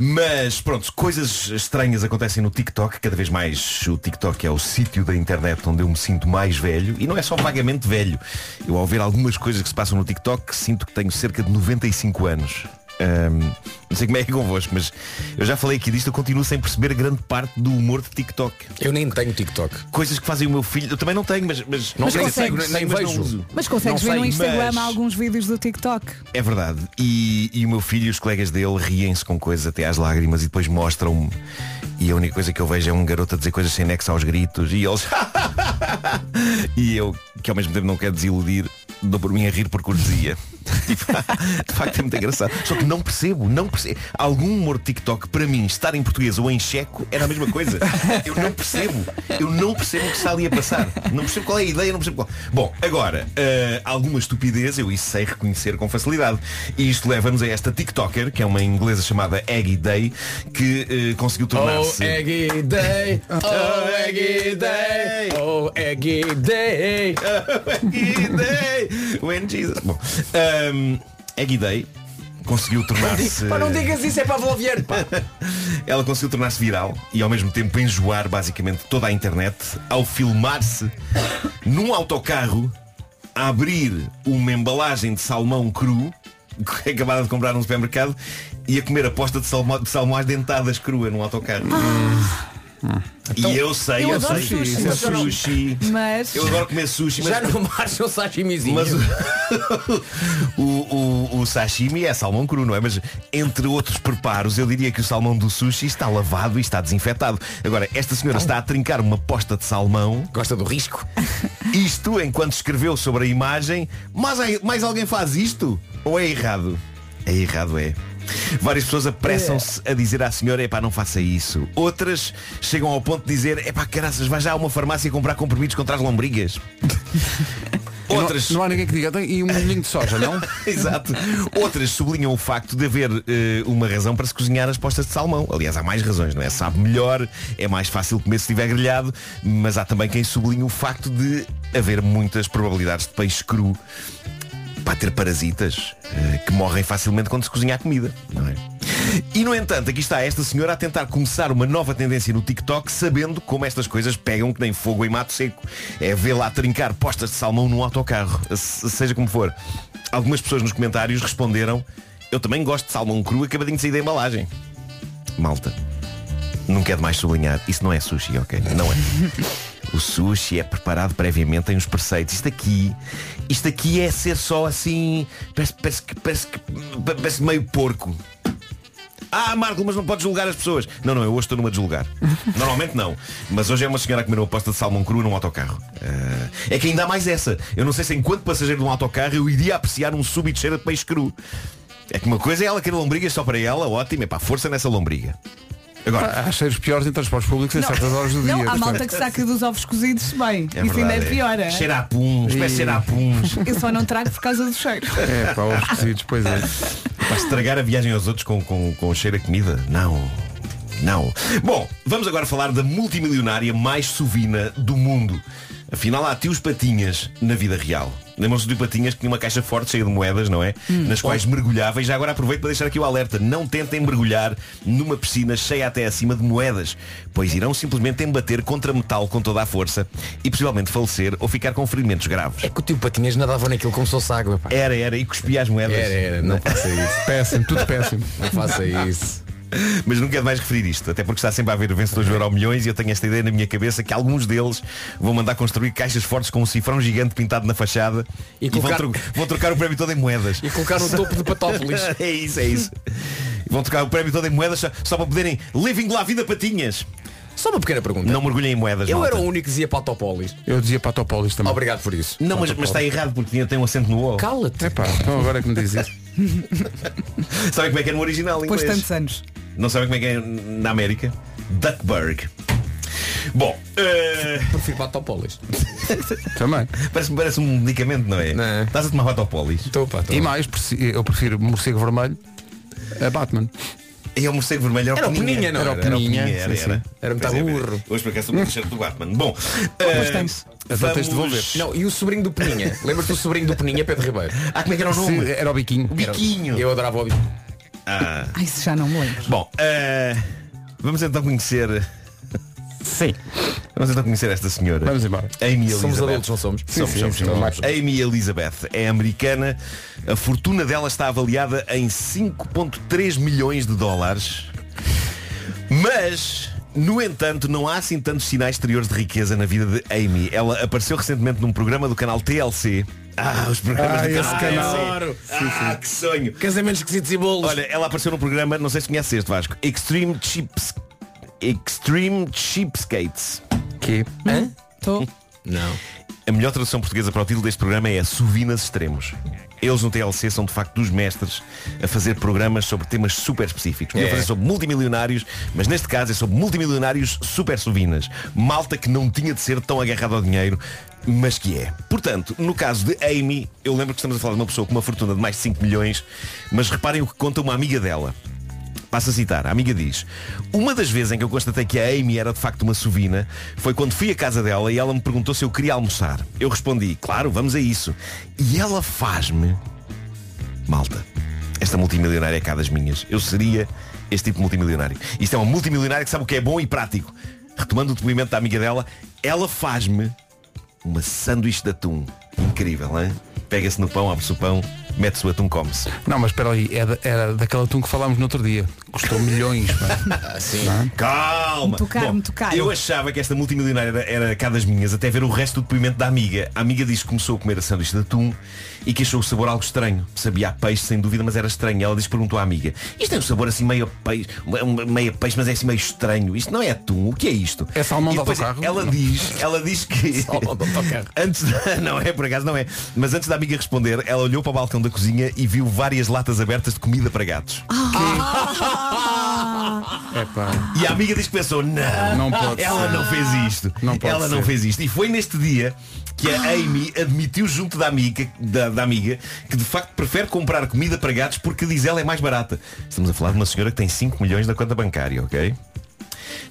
Mas pronto, coisas estranhas acontecem no TikTok, cada vez mais o TikTok é o sítio da internet onde eu me sinto mais velho e não é só vagamente velho. Eu ao ver algumas coisas que se passam no TikTok sinto que tenho cerca de 95 anos. Ahm, não sei como é que é convosco, mas eu já falei aqui disto, eu continuo sem perceber grande parte do humor de TikTok.
Eu nem tenho TikTok.
Coisas que fazem o meu filho, eu também não tenho, mas, mas
Não
Mas
tenho, nem-
consegues.
nem
mas não
vejo.
uso.
Mas consegues
Não
ver no
sei,
Instagram
mas-
alguns vídeos do TikTok.
é verdade. E, e o meu filho e os colegas dele riem-se com coisas até às lágrimas e depois mostram-me. E a única coisa que eu vejo é um garoto a dizer coisas sem nexo aos gritos e eles. [LAUGHS] e eu, que ao mesmo tempo não quero desiludir, dou por mim a rir por cortesia. Tipo, [LAUGHS] de facto é muito engraçado. Só que não percebo, não percebo. Algum Um humor de TikTok, para mim, estar em português ou em checo era a mesma
[LAUGHS]
coisa. Eu não percebo. Eu não percebo o que está ali a passar. Não percebo qual é a ideia, não percebo qual. Bom, agora, ah, alguma estupidez, eu isso sei reconhecer com facilidade. E isto leva-nos a esta TikToker, que é uma inglesa chamada Aggie Day, que eh, conseguiu
Oh
tornar-se.
Eggy Day, oh Eggy Day, oh Eggy Day.
Eggy Day! When Jesus. Bom, ehm, ahm, Aggie Day conseguiu tornar-se.
Pá, não digas isso, é para Volvier. pá.
Ela conseguiu tornar-se viral e ao mesmo tempo enjoar basicamente toda a internet ao filmar-se num autocarro a abrir uma embalagem de salmão cru que é acabada de comprar num supermercado e a comer a posta de salmão, de salmão às dentadas crua num autocarro. e eu [LAUGHS] sei,
eu
eu,
adoro
sei,
sushi,
isso é
mas eu não-
sushi.
Mas.
Eu adoro comer sushi, mas
Já não marcha o sashimizinho.
mas o, o- [LAUGHS] o- o sashimi é salmão cru, não é? Mas entre outros preparos, eu diria que o salmão do sushi está lavado e está desinfetado. Agora, esta senhora está a trincar uma posta de salmão,
Gosta do risco?
[LAUGHS] isto enquanto escreveu sobre a imagem, mas ai- mais alguém faz isto? Ou é errado? É errado, é. Várias pessoas apressam-se a dizer à senhora, epá, não faça isso. Outras chegam ao ponto de dizer, epá, caraças, vai já a uma farmácia comprar comprimidos contra as lombrigas. Outras
Não, não há ninguém que diga, "Tem- e um molhinho de soja,
[LAUGHS]
não?
Exato. Outras sublinham o facto de haver eh, uma razão para se cozinhar as postas de salmão. Aliás, há mais razões, não é? Sabe melhor, é mais fácil comer se estiver grelhado, mas há também quem sublinha o facto de haver muitas probabilidades de peixe cru para ter parasitas eh, que morrem facilmente quando se cozinha a comida, não é? E no entanto, aqui está esta senhora a tentar começar uma nova tendência no TikTok, sabendo como estas coisas pegam que nem fogo em mato seco. É vê-la a trincar postas de salmão num autocarro, se- seja como for. Algumas pessoas nos comentários responderam Eu também gosto de salmão cru acabadinho de sair da embalagem. Malta, nunca é demais sublinhar. Isso não é sushi, ok? Não é. O sushi é preparado previamente em uns preceitos. Isto aqui, isto aqui é ser só assim. Parece, parece que parece que parece meio porco. Ah, Marco, mas não podes julgar as pessoas. Não, não, eu hoje estou numa de julgar. Normalmente não. Mas hoje é uma senhora a comer uma posta de salmão cru num autocarro. Ah, é que ainda há mais essa. Eu não sei se enquanto passageiro de um autocarro eu iria apreciar um súbito cheiro de peixe cru. É que uma coisa é ela querer lombrigas só para ela, ótimo, é pá, força nessa lombriga. Agora,
Ah,
Há cheiros piores em transportes públicos em certas horas do dia.
Não, há
portanto.
malta que saca dos ovos cozidos bem.
É
Isso ainda é
verdade,
pior. é?
Cheira a puns, mas cheira a puns.
Eu só não trago por causa do cheiro.
É, para os cozidos, pois
[LAUGHS]
é.
Para estragar a viagem aos outros com, com, com cheiro a comida. Não. Não. Bom, vamos agora falar da multimilionária mais sovina do mundo. Afinal, há tios patinhas na vida real. Lembram-se do Tio Patinhas que tinha uma caixa forte cheia de moedas, não é? Nas quais mergulhava. E já agora aproveito para deixar aqui o alerta. Não tentem mergulhar numa piscina cheia até acima de moedas, pois irão simplesmente embater contra metal com toda a força e possivelmente falecer ou ficar com ferimentos graves.
É que o tio Patinhas nadava naquilo como se fosse água. Pá.
Era, era, e cuspia as moedas.
Era, era, não faça isso.
Péssimo, tudo péssimo.
Não faça isso.
[LAUGHS] Mas nunca mais referir isto, até porque está sempre a haver vencedores do Euro milhões e eu tenho esta ideia na minha cabeça que alguns deles vão mandar construir caixas fortes com um cifrão gigante pintado na fachada
E
e,
colocar-
vão, tro- vão trocar o prémio todo em moedas. [LAUGHS]
E colocar no topo de Patópolis.
é isso, é isso. E vão trocar o prémio todo em moedas só, só para poderem Living La Vida Patinhas.
Só uma pequena pergunta.
Não mergulhem em moedas.
Eu
malta. Hum.
era o único que dizia Patopolis.
Eu dizia Patopolis também.
Obrigado por isso.
Não, mas, mas está errado porque tinha, tem um acento no O.
Cala-te.
Epá, então agora é que me diz isso.
Sabem como é que é no original em
Depois de
inglês?
tantos anos.
Não sabem como é que é na América? Duckburg. Bom, eh,
Prefiro Patopolis.
Também.
[LAUGHS] parece, parece um medicamento, não é?
Não é?
Estás a tomar Batopolis.
Estou, pá, estou.
E mais, preci- eu prefiro morcego vermelho a Batman.
E o morcego vermelho era,
Era o
Peninha.
Peninha, não
Era o
era?
Peninha,
Era o
era,
Peninha, sim, sim.
era.
Era um muito
Pois é,
burro.
Hoje por acaso estou com o t-shirt do Batman. Bom, eh,
Então tens de devolver.
Não, e o sobrinho do Peninha? Lembras-te do sobrinho do Peninha, Pedro Ribeiro?
Ah, como é que era o nome?
Se- era o biquinho.
Biquinho.
Eu adorava o...
Ah,
Ai, isso já não me lembro.
bom, eh, vamos então conhecer.
Sim.
Vamos então conhecer esta senhora.
Vamos embora.
Amy
Somos
Elizabeth.
adultos, não somos?
Sim, sim, sim, mais.
Amy Elizabeth é americana. A fortuna dela está avaliada em 5.3 milhões de dólares. Mas, no entanto, não há assim tantos sinais exteriores de riqueza na vida de Amy. Ela apareceu recentemente num programa do canal TLC. Ah, os programas
Ah,
do
esse
canal.
canal.
TLC.
Adoro.
Ah, que sonho.
Casamentos esquisitos e bolos.
Olha, ela apareceu no programa, não sei se conheces este Vasco, Extreme Chips Extreme Cheapskates.
Que?
Estou.
Não.
A melhor tradução portuguesa para o título deste programa é Suvinas Extremos. Eles no TLC são de facto dos mestres a fazer programas sobre temas super específicos. Podiam
É.
fazer sobre multimilionários, mas neste caso é sobre multimilionários super suvinas. Malta que não tinha de ser tão agarrada ao dinheiro, mas que é. Portanto, no caso de Amy, eu lembro que estamos a falar de uma pessoa com uma fortuna de mais de 5 milhões, mas reparem o que conta uma amiga dela. Passo a citar, a amiga diz Uma das vezes em que eu constatei que a Amy era de facto uma sovina Foi quando fui à casa dela e ela me perguntou se eu queria almoçar Eu respondi, claro, vamos a isso E ela faz-me Malta, esta multimilionária é cá das minhas Eu seria este tipo de multimilionário Isto é uma multimilionária que sabe o que é bom e prático Retomando o depoimento da amiga dela Ela faz-me uma sanduíche de atum Incrível, hein? Pega-se no pão, abre-se o pão Mete-se o atum, come-se
Não, mas espera aí, é da- era daquele atum que falámos no outro dia. Custou milhões, pá.
Calma!
Muito caro,
Bom,
muito caro.
Eu achava que esta multimilionária era, era cá das minhas, até ver o resto do depoimento da amiga. A amiga diz que começou a comer a sanduíche de atum e que achou o sabor algo estranho. Sabia a peixe, sem dúvida, mas era estranho. Ela diz que perguntou à amiga, isto tem um sabor assim meio a peixe, um- um- meio a peixe, mas é assim meio estranho. Isto não é atum, o que é isto?
É salmão
E
de
depois
autocarro?
Ela
Não.
diz, ela diz que.
Salmão de autocarro.
[LAUGHS] Antes da- Não é, por acaso não é. Mas antes da amiga responder, ela olhou para o balcão da cozinha e viu várias latas abertas de comida para gatos.
É pá.
E a amiga diz que pensou, não,
Não pode
ela
ser.
não fez isto.
Não pode
ela não
ser. Ah.
fez isto. E foi neste dia que a Amy admitiu junto da amiga, da, da amiga que de facto prefere comprar comida para gatos porque diz ela é mais barata. Estamos a falar de uma senhora que tem 5 milhões na conta bancária, ok?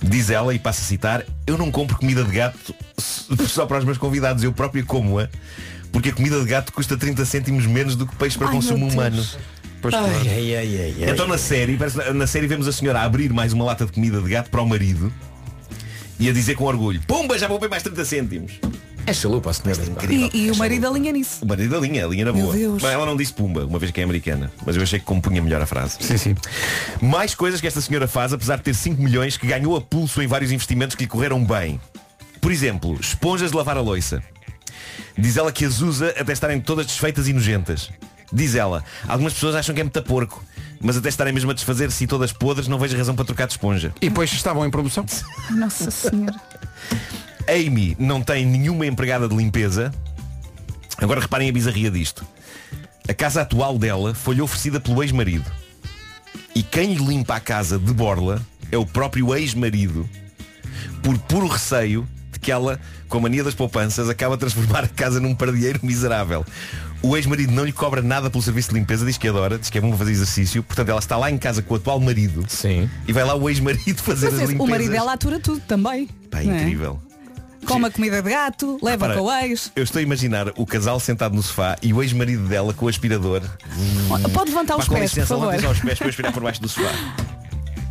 Diz ela, e passa a citar, eu não compro comida de gato s- só para os meus convidados, eu própria como-a, porque a comida de gato custa 30 cêntimos menos do que peixe para
Ai,
consumo
meu
humano.
Deus.
Pois claro.
Então na série, parece- na série vemos a senhora a abrir mais uma lata de comida de gato para o marido e a dizer com orgulho, pumba, já vou ver mais 30 cêntimos.
É chalupa, a senhora.
Incrível.
E, e o marido alinha nisso.
O marido alinha, alinha na
Meu
boa.
Deus.
Mas ela não disse pumba, uma vez que é americana, mas eu achei que compunha melhor a frase.
Sim, sim.
Mais coisas que esta senhora faz, apesar de ter 5 milhões, que ganhou a pulso em vários investimentos que lhe correram bem. Por exemplo, esponjas de lavar a loiça. Diz ela que as usa até estarem todas desfeitas e nojentas. Diz ela, algumas pessoas acham que é muito porco, mas até estarem mesmo a desfazer-se e todas podres, não vejo razão para trocar de esponja.
E depois estavam em promoção?
Nossa Senhora.
Amy não tem nenhuma empregada de limpeza. Agora reparem a bizarria disto. A casa atual dela foi-lhe oferecida pelo ex-marido. E quem lhe limpa a casa de borla é o próprio ex-marido, por puro receio de que ela, com a mania das poupanças, acaba a transformar a casa num pardieiro miserável. O ex-marido não lhe cobra nada pelo serviço de limpeza, diz que adora, diz que é bom fazer exercício, portanto ela está lá em casa com o atual marido
Sim.
e vai lá o ex-marido [LAUGHS] fazer
Mas
as
esse-
limpezas.
o marido dela atura tudo também.
Pá,
não é?
incrível.
Come a comida de gato, leva
Repara, hum,
com o ex.
Eu estou a imaginar o casal sentado no sofá e o ex-marido dela com o aspirador.
Pode levantar
Pá,
os
com
pés, por
licença,
favor.
levantem-se aos pés para eu aspirar por baixo do sofá.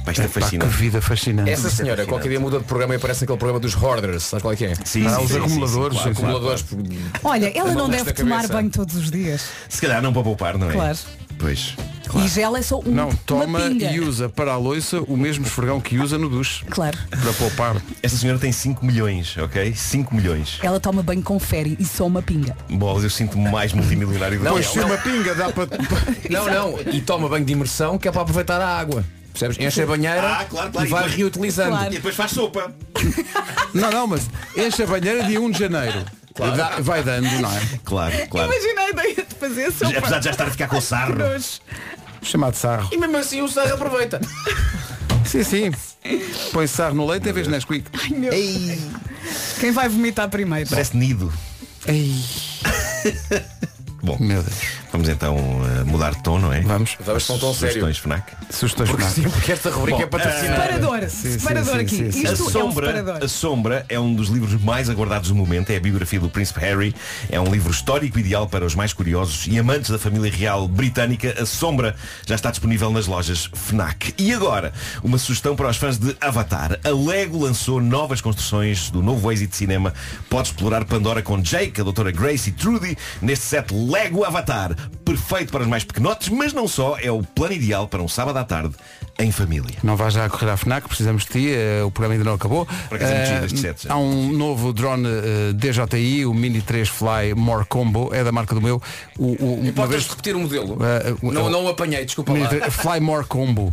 Pá, isto
Pá, que
é fascinante.
vida fascinante.
Essa senhora, qualquer dia muda de programa e aparece naquele programa dos hoarders. Sabes qual é que é?
Ah,
Sim, sim,
os
sim, sim,
acumuladores,
sim, claro, claro,
Acumuladores.
claro.
por-
Olha, ela
Leva
não
o
deve
resto da
tomar
cabeça.
banho todos os dias.
Se calhar não para poupar, não é?
Claro.
Pois.
E gela é só um,
Não, toma
uma pinga.
e usa para a loiça o mesmo esfregão que usa no duche.
Claro.
Para poupar.
Esta senhora tem 5 milhões, ok? 5 milhões.
Ela toma banho com confere e só uma pinga.
Bolas, eu sinto-me mais multimilionário do
Não,
que
se
ela.
uma
pinga dá
[LAUGHS]
para.
não, não. E toma banho de imersão que é para aproveitar a água. Percebes? Enche a banheira
Ah, claro, claro.
e vai
depois-
reutilizando.
E depois faz sopa.
Não, não, mas enche a banheira dia 1 de janeiro. E dá- vai dando, não é?
Claro, claro.
Imagina a ideia de fazer só
Apesar de já é estar a ficar com sarro.
Chamado sarro.
E mesmo assim o sarro aproveita.
Sim, sim. Põe sarro no leite em vez de Nesquik.
Quem vai vomitar primeiro?
Parece nido. Bom,
Meu Deus.
vamos então eh, mudar de tom, não é?
Vamos.
Vamos para um tom sério.
Sugestões, FNAC. eh,
Sugestões
Porque
para
sim, porque esta rubrica é patrocinada.
Separador, separador aqui.
sim, sim.
A
Isto é um
Sombra,
separador.
a Sombra é um dos livros mais aguardados do momento, é a biografia do Príncipe Harry, é um livro histórico ideal para os mais curiosos e amantes da família real britânica. A Sombra já está disponível nas lojas Fnac. E agora, uma sugestão para os fãs de Avatar. A Lego lançou novas construções do novo êxito de cinema. Pode explorar Pandora com Jake, a Doutora Grace e Trudy neste set Lego Avatar. Perfeito para os mais pequenotes, mas não só, é o plano ideal para um sábado à tarde em família.
Não vais já correr à FNAC, precisamos de ti, eh, o programa ainda não acabou.
Por acaso é muito
Eh,
giro este set, já.
há um novo drone eh, DJI, o Mini 3 Fly More Combo, é da marca do meu. O, o- uma
Podes
vez-
repetir o modelo?
Eh,
Ah, ah,
não,
ah,
não o apanhei, desculpa
Mini
lá.
3 Fly More Combo.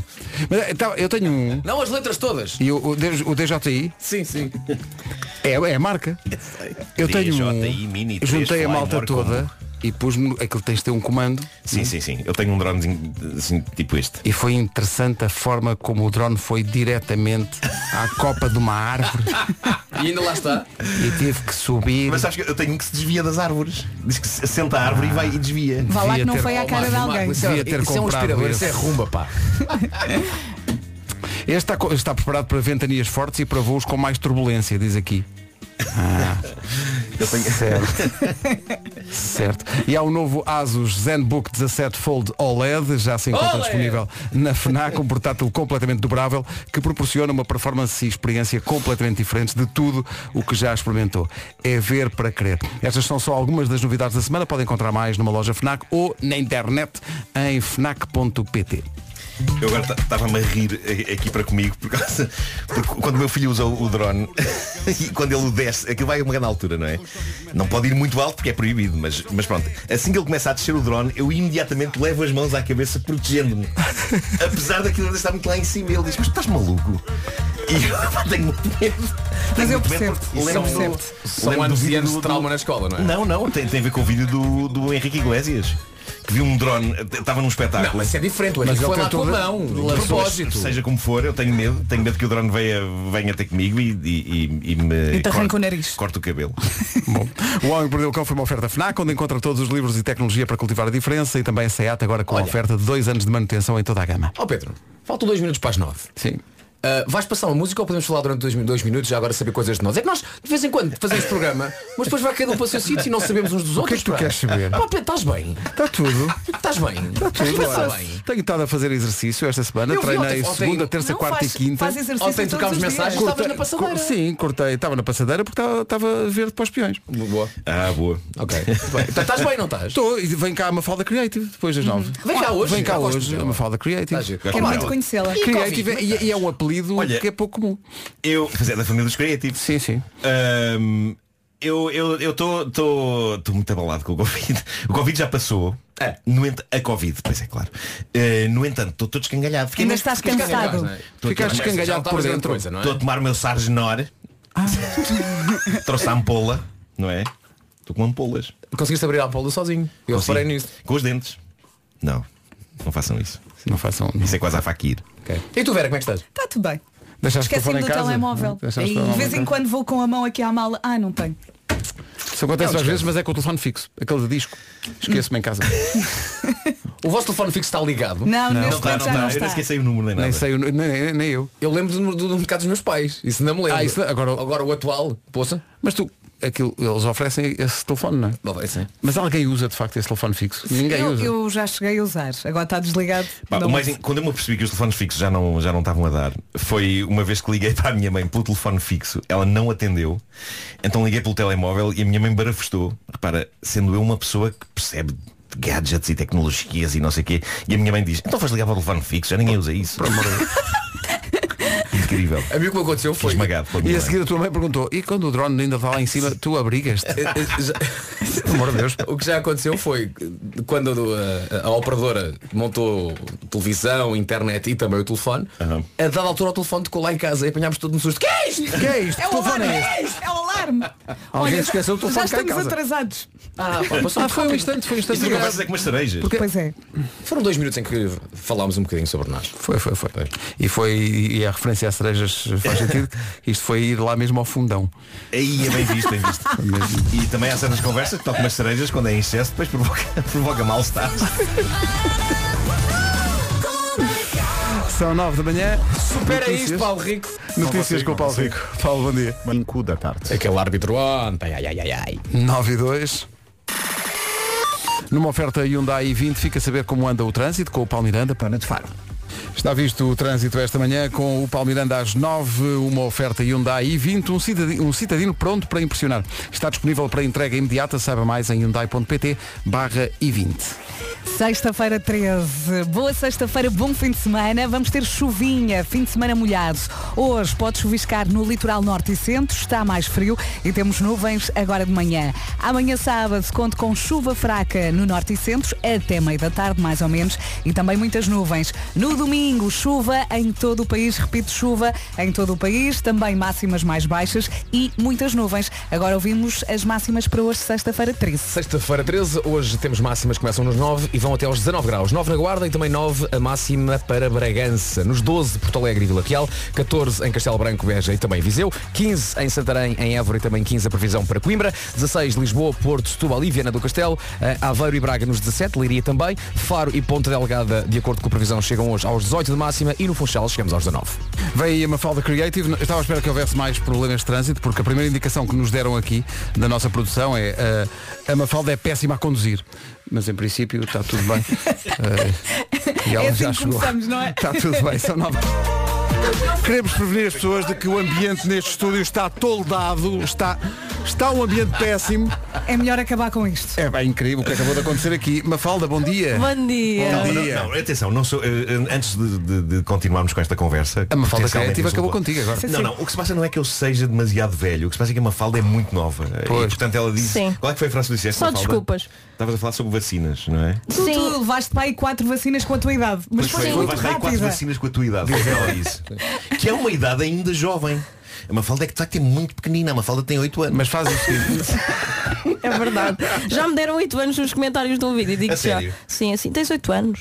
Mas, eh, tá, eu tenho um.
Não as letras todas.
E o, o D- o DJI
Sim, sim.
é, é a marca. Eu tenho
DJI Mini
um.
3
Juntei a
Fly
malta
More
toda
Combo.
e pus-me. Aquilo tens de ter um comando.
Sim, sim, sim. Eu tenho um dronezinho assim, tipo este.
E foi interessante a forma como o drone foi diretamente à copa de uma
[LAUGHS]
árvore
E ainda lá está.
e tive que subir.
Mas sabes que eu tenho um que se desvia das árvores. Diz que se senta a árvore e vai e desvia.
Vá lá
devia
que não
ter-
foi à
Oh,
cara de
Marco,
alguém.
Marco, isso é-
Devia ter
isso é um
comprado
aspirador,
esse.
isso é rumba, pá.
Este está, co- está preparado para ventanias fortes e para voos com mais turbulência, diz aqui.
Ah.
Eu tenho-
[LAUGHS] Certo. certo. E há o novo Asus ZenBook 17 Fold OLED, já se encontra
OLED!
disponível na FNAC, um portátil completamente dobrável que proporciona uma performance e experiência completamente diferentes de tudo o que já experimentou. É ver para crer. Estas são só algumas das novidades da semana. Podem encontrar mais numa loja FNAC ou na internet em fnac.pt.
Eu agora estava-me a rir a- aqui para comigo por causa- porque quando o meu filho usa o o drone [LAUGHS] e quando ele o desce, aquilo vai a uma grande altura, não é? Não pode ir muito alto porque é proibido, mas, mas pronto. Assim que ele começa a descer o drone, eu imediatamente levo as mãos à cabeça
[LAUGHS]
protegendo-me. Apesar daquilo ainda estar muito lá em cima, ele diz, mas tu estás maluco? E eu [LAUGHS] tenho muito medo. Tenho
eu
muito medo
percebo-te,
porque
isso é um eu
lembro-
percebo-te.
São
lembro do
anos e
vídeo
anos
do-
de
do-
trauma na escola, não é?
Não, não, tem, tem a ver com o vídeo do, do Henrique Iglesias, que viu um drone, estava num espetáculo.
Não, mas isso é diferente. O Henrique
ele
foi lá com
tentou-
a mão, de propósito.
Seja como for, eu tenho medo, tenho medo que o drone venha, venha ter comigo e, e, e, e me
E te arranca
corte-
o nariz.
corte o cabelo.
Bom, o Homem que Mordeu o Cão foi uma oferta FNAC, onde encontra todos os livros e tecnologia para cultivar a diferença e também a SEAT agora com a
Olha.
oferta de dois anos de manutenção em toda a gama.
Ó Pedro, faltam dois minutos para as nove.
Sim.
Ah, vais passar uma música ou podemos falar durante dois, dois minutos já agora saber coisas de nós? É que nós, de vez em quando, fazemos programa, mas depois vai cada um para o seu sítio e não sabemos uns dos
que é
outros.
que tu
pá.
queres saber?
Pá, Pedro, estás bem?
Está tudo.
Estás bem?
Tudo,
Estás
olha.
bem?
Tenho estado a fazer exercício esta semana,
Eu vi
treinei
ontem- ontem-
segunda, terça,
Não,
quarta
faz-
e quinta.
Faz exercício
Ontem
todos
trocámos
os dias.
mensagens.
Cortei-
Estavas na passadeira.
cor- Sim, cortei. Estava na passadeira porque estava- estava a ver-te para os peões.
Boa.
Ah, boa.
Ok. Muito bem. Então, Estás bem, não estás?
Estou, e vem cá a Mafalda Creative depois das nove.
Uhum. Vem cá hoje.
Vem cá
Eu gosto
hoje
dela.
a Mafalda
Está giro.
Creative.
Gosto
Quero muito
dela.
conhecê-la.
Creative é- e, e é um apelido
Olha-
que é pouco comum.
Eu, quer
é
dizer, da família dos criativos.
Sim, sim.
Ahm, Hum, eu estou eu tô- tô- tô muito abalado com o Covid. O Covid já passou.
É.
No ent- a Covid, pois é claro. Eh, no entanto, estou todo escangalhado. Fiquei
Ainda
mesmo-
estás
fiquei
cansado.
é?
escangalhado. Tô- tô-
Ficaste
tô-
Já
escangalhado
não
por
estavas grande
dentro.
coisa, não é?
Estou a tomar o meu Sargenor. Trouxe a ampola, não é? Estou com ampolas.
Conseguiste abrir a Apolo sozinho. Eu
Consigo.
reparei nisso.
Com os dentes. Não. Não façam isso.
Não façam.
Isso é quase a faquir.
E tu, Vera, como é que estás?
Está tudo bem.
Deixaste que eu fora
Esqueci-me
em
do
casa.
telemóvel.
Deixaste o
E de
telemóvel
vez
em
em quando vou com a mão aqui à mala. Ah, não tenho.
Isso acontece às vezes, mas é com o telefone fixo. Aquele de disco. Esqueço-me em casa.
O vosso telefone fixo está ligado.
Não, neste
está,
momento já
está.
não
Eu nem
está.
esqueci o número nem nada.
nem sei, o- nem, nem, nem eu.
Eu lembro do, do, do mercado um dos meus pais. Isso não me lembro.
Ah, isso não- agora-
agora o atual, poça.
Mas tu, aquilo, eles oferecem esse telefone, não é?
Bom, vai ser.
Mas alguém usa de facto esse telefone fixo. Ninguém
Eu,
usa.
eu já cheguei a usar. Agora está desligado.
Pá,
Não
o mais
uso.
in- Quando eu me percebi que os telefones fixos já não, já não estavam a dar, foi uma vez que liguei [LAUGHS] para a minha mãe pelo telefone fixo, ela não atendeu, então liguei pelo telemóvel e a minha mãe barafustou. Repara, sendo eu uma pessoa que percebe
de gadgets e tecnologias e não sei o quê. E a minha mãe diz, então vais ligar para o telefone fixo, já ninguém usa isso. [LAUGHS] Incrível.
A mim o que me aconteceu foi.
[LAUGHS]
Esmagado pela minha
E a
mãe.
seguir a tua mãe perguntou, e quando o drone ainda vai lá em cima, tu abrigas-te?
Eh,
Já-
[LAUGHS]
Pelo amor de Deus.
O que já aconteceu foi quando uh, a, a operadora montou televisão, internet e também o telefone, a dada altura o telefone tocou lá em casa e apanhámos todo no susto. Que é isto?
Que é isto?
É o
Telefone
alarme!
é
É isto, é o alarme!
Alguém se esqueceu do
Já
telefone cá em
estamos
casa.
atrasados.
Ah, pá,
[LAUGHS]
passou
Ah, foi um instante, foi um instante.
Isto não conversas é com umas cerejas.
Porque-
Pois é.
Foram dois minutos em que falámos um bocadinho sobre nós.
Foi, foi, foi. E foi, e é a referência às cerejas faz sentido. Isto foi ir lá mesmo ao fundão.
Aí [LAUGHS] é bem visto, bem visto. e também há certas conversas que tocam as cerejas quando é em excesso, depois provoca, [LAUGHS] provoca mal-estar.
São nove da manhã.
Espera
Notícias.
isto, Paulo Rico.
Notícias com o Paulo Rico. Paulo, bom dia.
Manco da tarde.
Aquele árbitro ontem, ai, ai, ai, ai.
9 e 2. Numa oferta Hyundai i20, fica a saber como anda o trânsito com o Paulo Miranda.
Dona de Faro.
Está visto o trânsito esta manhã com o Paulo Miranda às 9, uma oferta Hyundai i20, um cidadino, um cidadino pronto para impressionar. Está disponível para entrega imediata, saiba mais em hyundai.pt barra i20.
Sexta-feira 13. Boa sexta-feira, bom fim de semana. Vamos ter chuvinha, fim de semana molhado. Hoje pode chuviscar no litoral norte e centro, está mais frio e temos nuvens agora de manhã. Amanhã sábado conto com chuva fraca no norte e centro até meio da tarde, mais ou menos, e também muitas nuvens. No domingo, chuva em todo o país, repito, chuva em todo o país, também máximas mais baixas e muitas nuvens. Agora ouvimos as máximas para hoje, sexta-feira 13.
Sexta-feira 13, hoje temos máximas que começam nos 9 e vão até aos 19 graus. 9 na Guarda e também 9 a máxima para Bragança. Nos 12, Porto Alegre e Vila Real, 14 em Castelo Branco, Beja e também Viseu, 15 em Santarém, em Évora e também 15 a previsão para Coimbra, 16 Lisboa, Porto, Setúbal e Viana do Castelo, eh, Aveiro e Braga nos 17, Leiria também, Faro e Ponta Delgada, de acordo com a previsão, chegam hoje aos 18 de máxima e no Funchal chegamos aos 19.
Vem aí a Mafalda Creative. Eu Estava à espera que houvesse mais problemas de trânsito, porque a primeira indicação que nos deram aqui da nossa produção é ah, a Mafalda é péssima a conduzir. Mas em princípio está tudo
[LAUGHS]
bem. Ah, e ela
É assim
já
que
chegou.
começamos, não é?
Está tudo bem, são
[LAUGHS]
nove. Queremos prevenir as pessoas de que o ambiente neste estúdio está toldado, está, está um ambiente péssimo.
É melhor acabar com isto.
É bem incrível o que acabou de acontecer aqui. Mafalda, bom dia.
Bom dia.
Não,
dia.
não, não, atenção, não sou, eh, eh, antes de, de- de continuarmos com esta conversa.
A Mafalda
potencialmente
Criativa
insultuosa.
acabou contigo agora.
Sim,
Não,
sim.
não, o que se passa não é que eu seja demasiado velho, o que se passa é que a Mafalda é muito nova. eh,
Pois.
E portanto ela disse.
Sim.
Qual é que foi a frase que tu disseste?
Só
Mafalda?
desculpas.
Estavas a falar sobre vacinas, não é?
Tu,
Sim.
tu levaste para aí quatro vacinas com a tua idade. Mas foi
Foi,
muito
levaste aí quatro
rápida.
vacinas com a tua idade. foi ela isso. que é uma idade ainda jovem. A Mafalda é que de facto é muito pequenina, a Mafalda tem 8 anos. [LAUGHS]
Mas faz o seguinte.
[LAUGHS] É verdade. Já me deram 8 anos nos comentários de um vídeo. Digo
A
já.
sério?
Sim, assim. Tens 8 anos.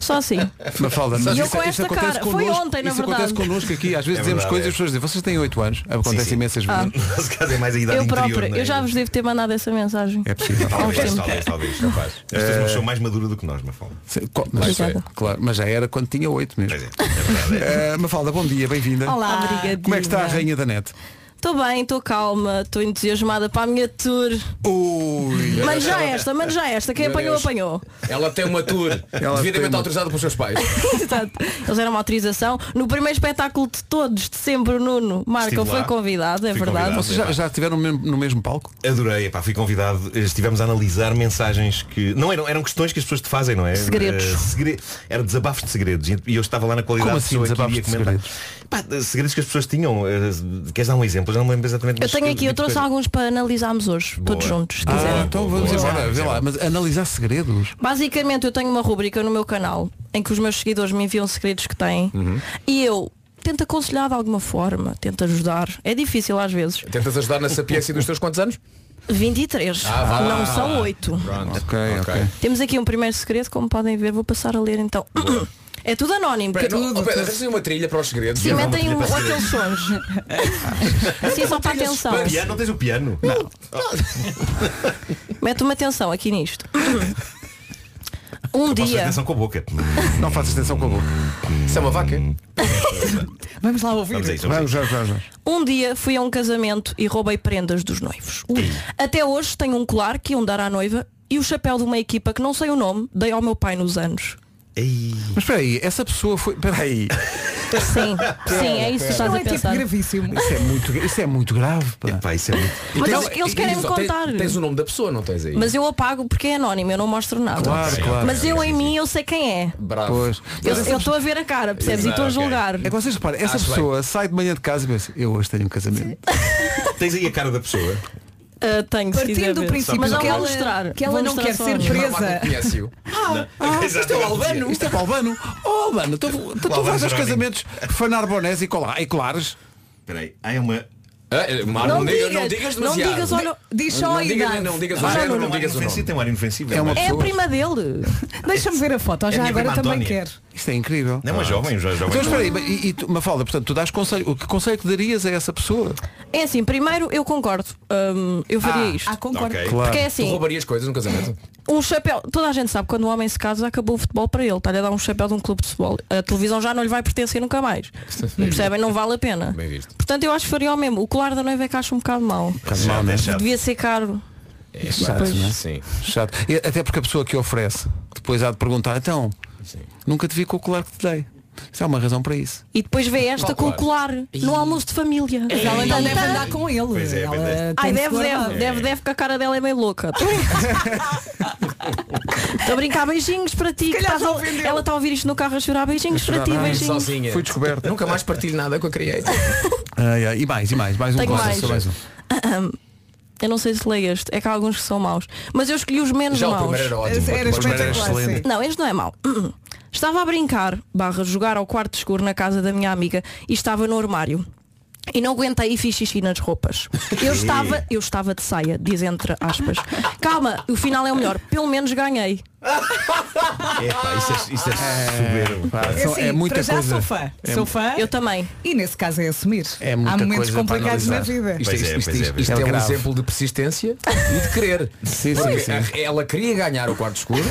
Só assim.
Mafalda,
E eu
isso- é-
com
isso
esta
acontece
cara. Foi
connosco,
ontem, na
Isso acontece
verdade.
connosco aqui. Às vezes
É
dizemos
verdade,
coisas e
é.
as pessoas dizem, vocês têm 8 anos. Acontece
Sim, sim.
imensas
Ah.
vezes.
No nosso caso é mais a idade
Eu
interior.
própria.
não é?
Eu já vos devo ter mandado essa mensagem.
É possível.
Há uns
Talvez,
tempos.
talvez, talvez, capaz. Mas tu és uma pessoa mais madura do que nós, Mafalda.
Sim, co- Mas,
Obrigada.
claro, mas já era quando tinha 8 mesmo.
é. Pois é, é verdade. é.
Eh, Mafalda, bom dia, bem-vinda.
Olá,
Ah,
obrigadinha.
Como é que está a rainha da net?
Estou bem, estou calma, estou entusiasmada para a minha tour.
Ui!
Mano já esta, mano já esta. Quem
Meu
apanhou,
Deus.
apanhou.
Ela tem
[LAUGHS]
uma tour
tem
devidamente
uma-
autorizada pelos seus pais.
Exato. Eles eram uma autorização. No primeiro espetáculo de todos, de sempre, o Nuno Marco
Estive
foi
lá.
convidado, é
Fui
verdade.
convidado.
Vocês já, já estiveram no mesmo, no mesmo palco?
Adorei, epá, fui convidado, estivemos a analisar mensagens que. Não eram, eram questões que as pessoas te fazem, não é?
Segredos.
Eh, segre- Era desabafos de segredos. E- E eu estava lá na qualidade
Como
de
assim,
pessoa que
desabafos
iria
de
comentar. Pá, eh, segredos que as pessoas tinham. eh, Queres dar um exemplo? Eu Já não me lembro exatamente.
Eu
mas
tenho aqui, eu
muita
trouxe
coisa.
alguns para analisarmos hoje,
Boa.
todos juntos, se
Ah,
quiserem.
Boa,
então
boa,
vamos
boa.
embora, vê lá. Mas analisar segredos?
Basicamente eu tenho uma rubrica no meu canal em que os meus seguidores me enviam segredos que têm e eu tento aconselhar de alguma forma, tento ajudar. É difícil às vezes.
Tentas ajudar na sapiência dos teus quantos anos?
23,
Ah, vá.
não são 8.
Pronto.
Ok, ok.
Temos aqui um primeiro segredo, como podem ver, vou passar a ler então. [CLEARS THROAT] É tudo anónimo,
Espera,
tudo.
não, oh, Pera, recebeu uma trilha para os segredos.
Se metem um,
vamos
ou
fazer
aqueles sons. Assim só para atenção.
Piano, não tens o piano? Não.
Mete uma atenção aqui nisto. Um
Posso fazer
dia.
atenção com a boca.
Não faças atenção com a boca.
Isso é uma vaca.
Vamos lá ouvir.
Vamos a isso.
Vamos,
Vamos a isso.
já, já, já.
Um dia fui a um casamento e roubei prendas dos noivos. Um.
Ui.
Até hoje tenho um colar que iam dar à noiva e o chapéu de uma equipa que não sei o nome dei ao meu pai nos anos.
Ei,
Mas espera aí, essa pessoa foi. Espera aí.
Sim, sim, é isso que estás a pensar.
gravíssimo.
Isso é muito, isso é muito grave. Pá.
isso é muito...
Mas eles- eles querem-me
diz- tens-
contar.
Tens, o nome da pessoa, não tens aí?
Mas eu apago porque é anónimo, eu não mostro nada.
Claro, claro.
Mas eu em mim eu sei quem é.
Bravo.
Pois.
Eu eu estou a ver a cara, percebes? E estou a julgar.
É que vocês reparem, essa
Acho
pessoa sai de manhã de casa e pensa, eu hoje tenho um casamento.
Tens aí a cara da pessoa.
Ah, tenho, se quiser
Partindo do
ver.
princípio
Mas não
que
é?
vou
ela,
mostrar.
que ela
Vou
não
mostrar
quer
só
ser
anónimo.
presa.
Conhece-o.
Ah, isto é o
Albano.
Isto é o Albano. Oh Albano, tu, tu, tu
Albano
vais aos
Jerónimo.
casamentos fanar bonés e, colar, e colares.
Espera aí. Ah, é uma...
Ah, eh, Marco,
Não
não, digas,
digas,
não digas
não
demasiado.
digas, olha,
diz só
não,
a
digas,
idade.
não digas o
Ah,
género,
não,
não
não,
digas o
inofensivo,
nome.
Tem um ar inofensivo.
É uma
um ar-
É a
pessoa.
prima dele.
Deixa-me ver a foto, já
minha
agora
prima
também
Antónia.
quero.
Isto é incrível.
Não, mas
um
jovem, jovem.
Então
jovem.
espera aí, e, e tu, Mafalda, portanto, tu dás conselho, o que conselho que darias a essa pessoa?
É assim, primeiro eu concordo. Hum, eu faria isto.
Ah, concordo.
Ok.
Claro.
Porque é
Tu
assim,
roubarias coisas no casamento?
um chapéu. Toda a gente sabe que quando um homem se casa acabou o futebol para ele. Está-lhe a dar um chapéu de um clube de futebol. A televisão já não lhe vai pertencer nunca mais. Percebem? Não vale a pena.
Bem visto.
Portanto, eu acho que faria o mesmo. O colar da noiva é que acho um bocado mau.
Já, deixa.
Devia ser caro.
É
chato,
pois.
não é?
Sim.
Chato. E até porque a pessoa que oferece depois há de perguntar, então, nunca te vi com o colar que te dei. Isso há uma razão para isso.
E depois vê esta com o colar no almoço de família.
Ela ainda
Tantã.
deve andar com ele.
Pois é,
Ela
pois é.
tem
Ai,
de
deve,
guardar.
deve, deve, deve, que a cara dela é meio louca. [LAUGHS] Estou a brincar, beijinhos para ti. que
calhar
estás
já
a-
ofendeu.
Ela está a ouvir isto no carro a chorar, beijinhos para ti, beijinhos.
Ah, Sozinha.
Fui descoberta.
Nunca mais partilho nada com a Create.
Ai, ai, e mais, e mais, mais um
Tenho
conselho.
mais.
só mais um.
Eu não sei se leio este, é que há alguns que são maus. Mas eu escolhi os menos
Já o
maus.
primeiro era ótimo.
Era
O primeiro
espetacular, sim.
Não, este não é mau. [CLEARS THROAT] Estava a brincar, barra, jogar ao quarto escuro na casa da minha amiga e estava no armário. E não aguentei e fiz xixi nas
[LAUGHS]
roupas. Eu estava, eu estava de saia, diz entre aspas. Calma, o final é o melhor. Pelo menos ganhei.
Epá, isso é, isso é soberbo.
Pá,
É
são-
assim,
é muita
para já
coisa.
sou fã. sou fã.
Eu também.
E nesse caso é assumir.
É muita
Há momentos
coisa para
complicados na
analisar.
vida.
Isto,
Pois
isto-
é,
isto-
pois é, pois
isto
é.
é,
É
um
grave.
exemplo de persistência e de querer.
Sim,
Porque
sim, sim.
a- Ela queria ganhar o quarto escuro,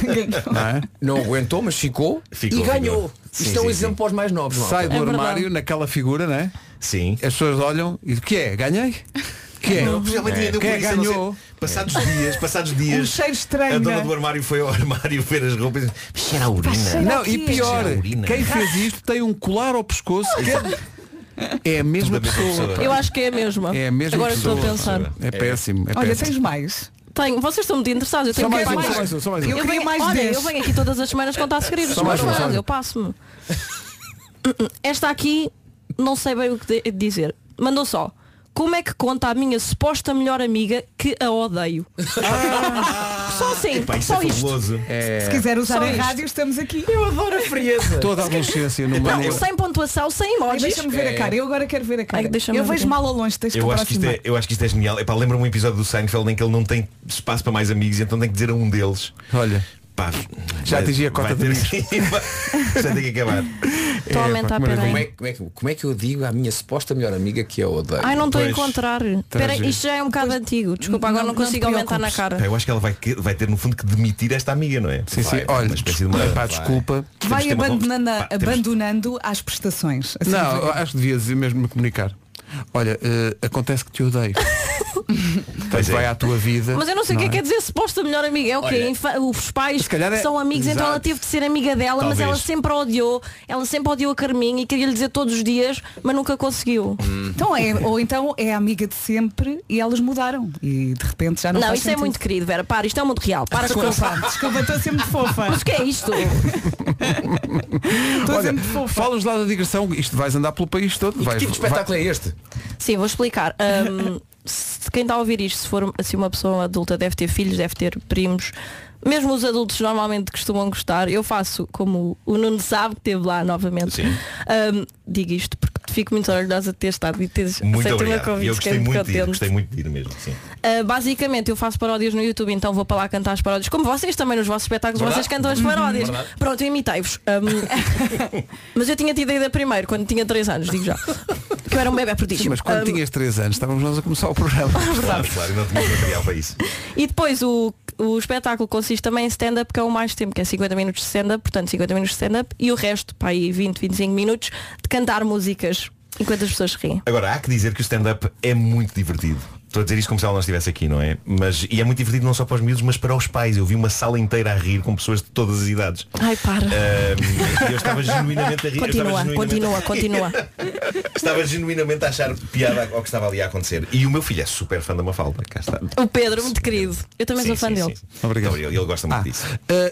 Não é?
não aguentou, mas ficou,
Ficou,
e ganhou.
ficou. Sim,
isto é um
sim,
exemplo
sim.
para os mais novos. malta.
Sai do
É verdade.
armário naquela figura, né?
Sim.
As pessoas olham e o que é? Ganhei? que é?
Possivelmente
É.
ainda
Quem
por isso, eu não
ganhou?
sei. Passados dias, passados dias.
Um cheiro estranho,
A
não
dona
é?
do armário foi
[LAUGHS]
ao armário ver as roupas. e disse, "Mas Cheira a urina.
Não, e pior,
Cheira a é urina.
quem fez isto tem um colar ao pescoço que é, é a mesma
Tudo a mesma
pessoa.
pessoa.
pá.
Eu acho que é a mesma.
É a mesma
Agora
pessoa.
estou a pensar.
É péssimo. É
Olha,
péssimo.
tens mais.
Tenho, vocês estão muito interessados. Eu tenho
Só mais
que
um,
mais.
só mais um, só mais um.
Eu queria
venho,
mais
olha,
10.
eu venho aqui todas as semanas contar segredos.
Só mais um,
Mas
só mais um.
eu passo-me. Esta aqui, não sei bem o que de- dizer. Mandou só. Como é que conta a minha suposta melhor amiga que a odeio? só assim,
Pá, isso
só
é
isto.
fabuloso.
Se quiser usar
Só
a
isto.
rádio, estamos aqui.
Eu adoro a frieza.
Toda a adolescência numa
Não, sem pontuação, sem
Ai,
emojis.
Deixa-me ver a cara. Eu agora quero ver a cara.
Ai, deixa-me
eu
ver.
vejo mal ao longe, tens de te
Eu acho, que isto
aproximar.
é, eu acho que isto é genial. Epá, lembra-me um episódio do Seinfeld em que ele não tem espaço para mais amigos, então tem que dizer a um deles.
Olha,
Pá,
Já
vai-
atingi a cota
vai
de
ter- [LAUGHS] Já tem que acabar.
Estou a aumentar,
como é que-
peraí.
Como é, que- como é que- como é que eu digo à minha suposta melhor amiga que eu odeio?
Ai, não estou a
Pois.
encontrar. Pera,
giro.
isto já é um bocado antigo. Desculpa, agora
Não-
não
não te
consigo aumentar na
preocupes.
É
cara.
Pá, eu acho que ela vai, que- vai ter no fundo que demitir esta amiga, não é?
sim, sim.
Vai,
Olha,
uma espécie de uma-
pá,
vai.
desculpa.
Temos de
Vai
ter uma conversa.
abandonando,
Pá, temos-
abandonando às prestações. Assim,
Não, eu acho que devia dizer mesmo me comunicar. Olha, eh, acontece que te
[LAUGHS]
odeio. Portanto,
Pois é.
vai à tua vida.
Mas eu não sei o que é que
é?
quer dizer suposta melhor amiga. É o quê?
Olha,
Infa- Os pais
se calhar é-
são amigos, então ela
Exato.
teve de ser amiga dela, mas
Talvez.
ela sempre a odiou. Ela sempre odiou a Carminha e queria lhe dizer todos os dias, mas nunca conseguiu.
Então é, ou então é a amiga de sempre e elas mudaram. E de repente já não
Não,
faz
isso é
sentido.
muito querido, Vera. Para, isto é um mundo real. Para com isso.
Desculpa, desculpa, estou sempre fofa.
Mas o que é isto?
Estou
Olha,
sempre fofa.
falas lá da digressão, isto vais andar pelo país todo.
E que
vais,
tipo de
vai-
espetáculo é este?
Sim, vou
[LAUGHS]
explicar. Ahm, se quem está a ouvir isto, se for assim uma pessoa adulta, deve ter filhos, deve ter primos. Mesmo os adultos normalmente costumam gostar. Eu faço como o Nuno sabe, que esteve lá novamente.
Sim.
Ahm, digo isto porque fico muito orgulhosa de ter estado e teres
Muito
aceito o meu
obrigado. E
convite.
eu
fiquei
gostei muito de ir,
contente.
gostei muito de ir mesmo. Sim.
Uh, basicamente eu faço paródias no YouTube, então vou para lá cantar as paródias. Como vocês também nos vossos espetáculos,
Verdade.
vocês cantam
Uhum.
as paródias.
Verdade.
Pronto, eu imitei-vos.
[LAUGHS]
Um, [LAUGHS] mas eu tinha tido a ideia primeiro, quando tinha 3 anos, digo já. Que eu era um bebê prodígio.
Sim,
é
mas quando
Um,
tinhas 3 anos estávamos nós a começar o
[LAUGHS]
programa.
Claro, claro, não tinha material para isso.
E depois o, o espetáculo consiste também em stand-up, que é o mais tempo, que é 50 minutos de stand-up, portanto 50 minutos de stand-up, e o resto, para aí 20, 25 minutos, de cantar músicas enquanto as pessoas riem.
Agora, há que dizer que o stand-up é muito divertido. Estou a dizer isto como se ela não estivesse aqui, não é? Mas, e é muito divertido não só para os miúdos, mas para os pais. Eu vi uma sala inteira a rir com pessoas de todas as idades.
Ai, para.
Ahm, eu estava genuinamente a rir. eh, Eu estava
Continua,
genuinamente a [LAUGHS]
continua,
rir.
continua.
Estava genuinamente a achar piada ao que estava ali a acontecer. E o meu filho é super fã da Mafalda. Cá está.
O Pedro, muito querido. Eu também sou fã dele.
Obrigado.
Então, Ele, ele gosta muito disso.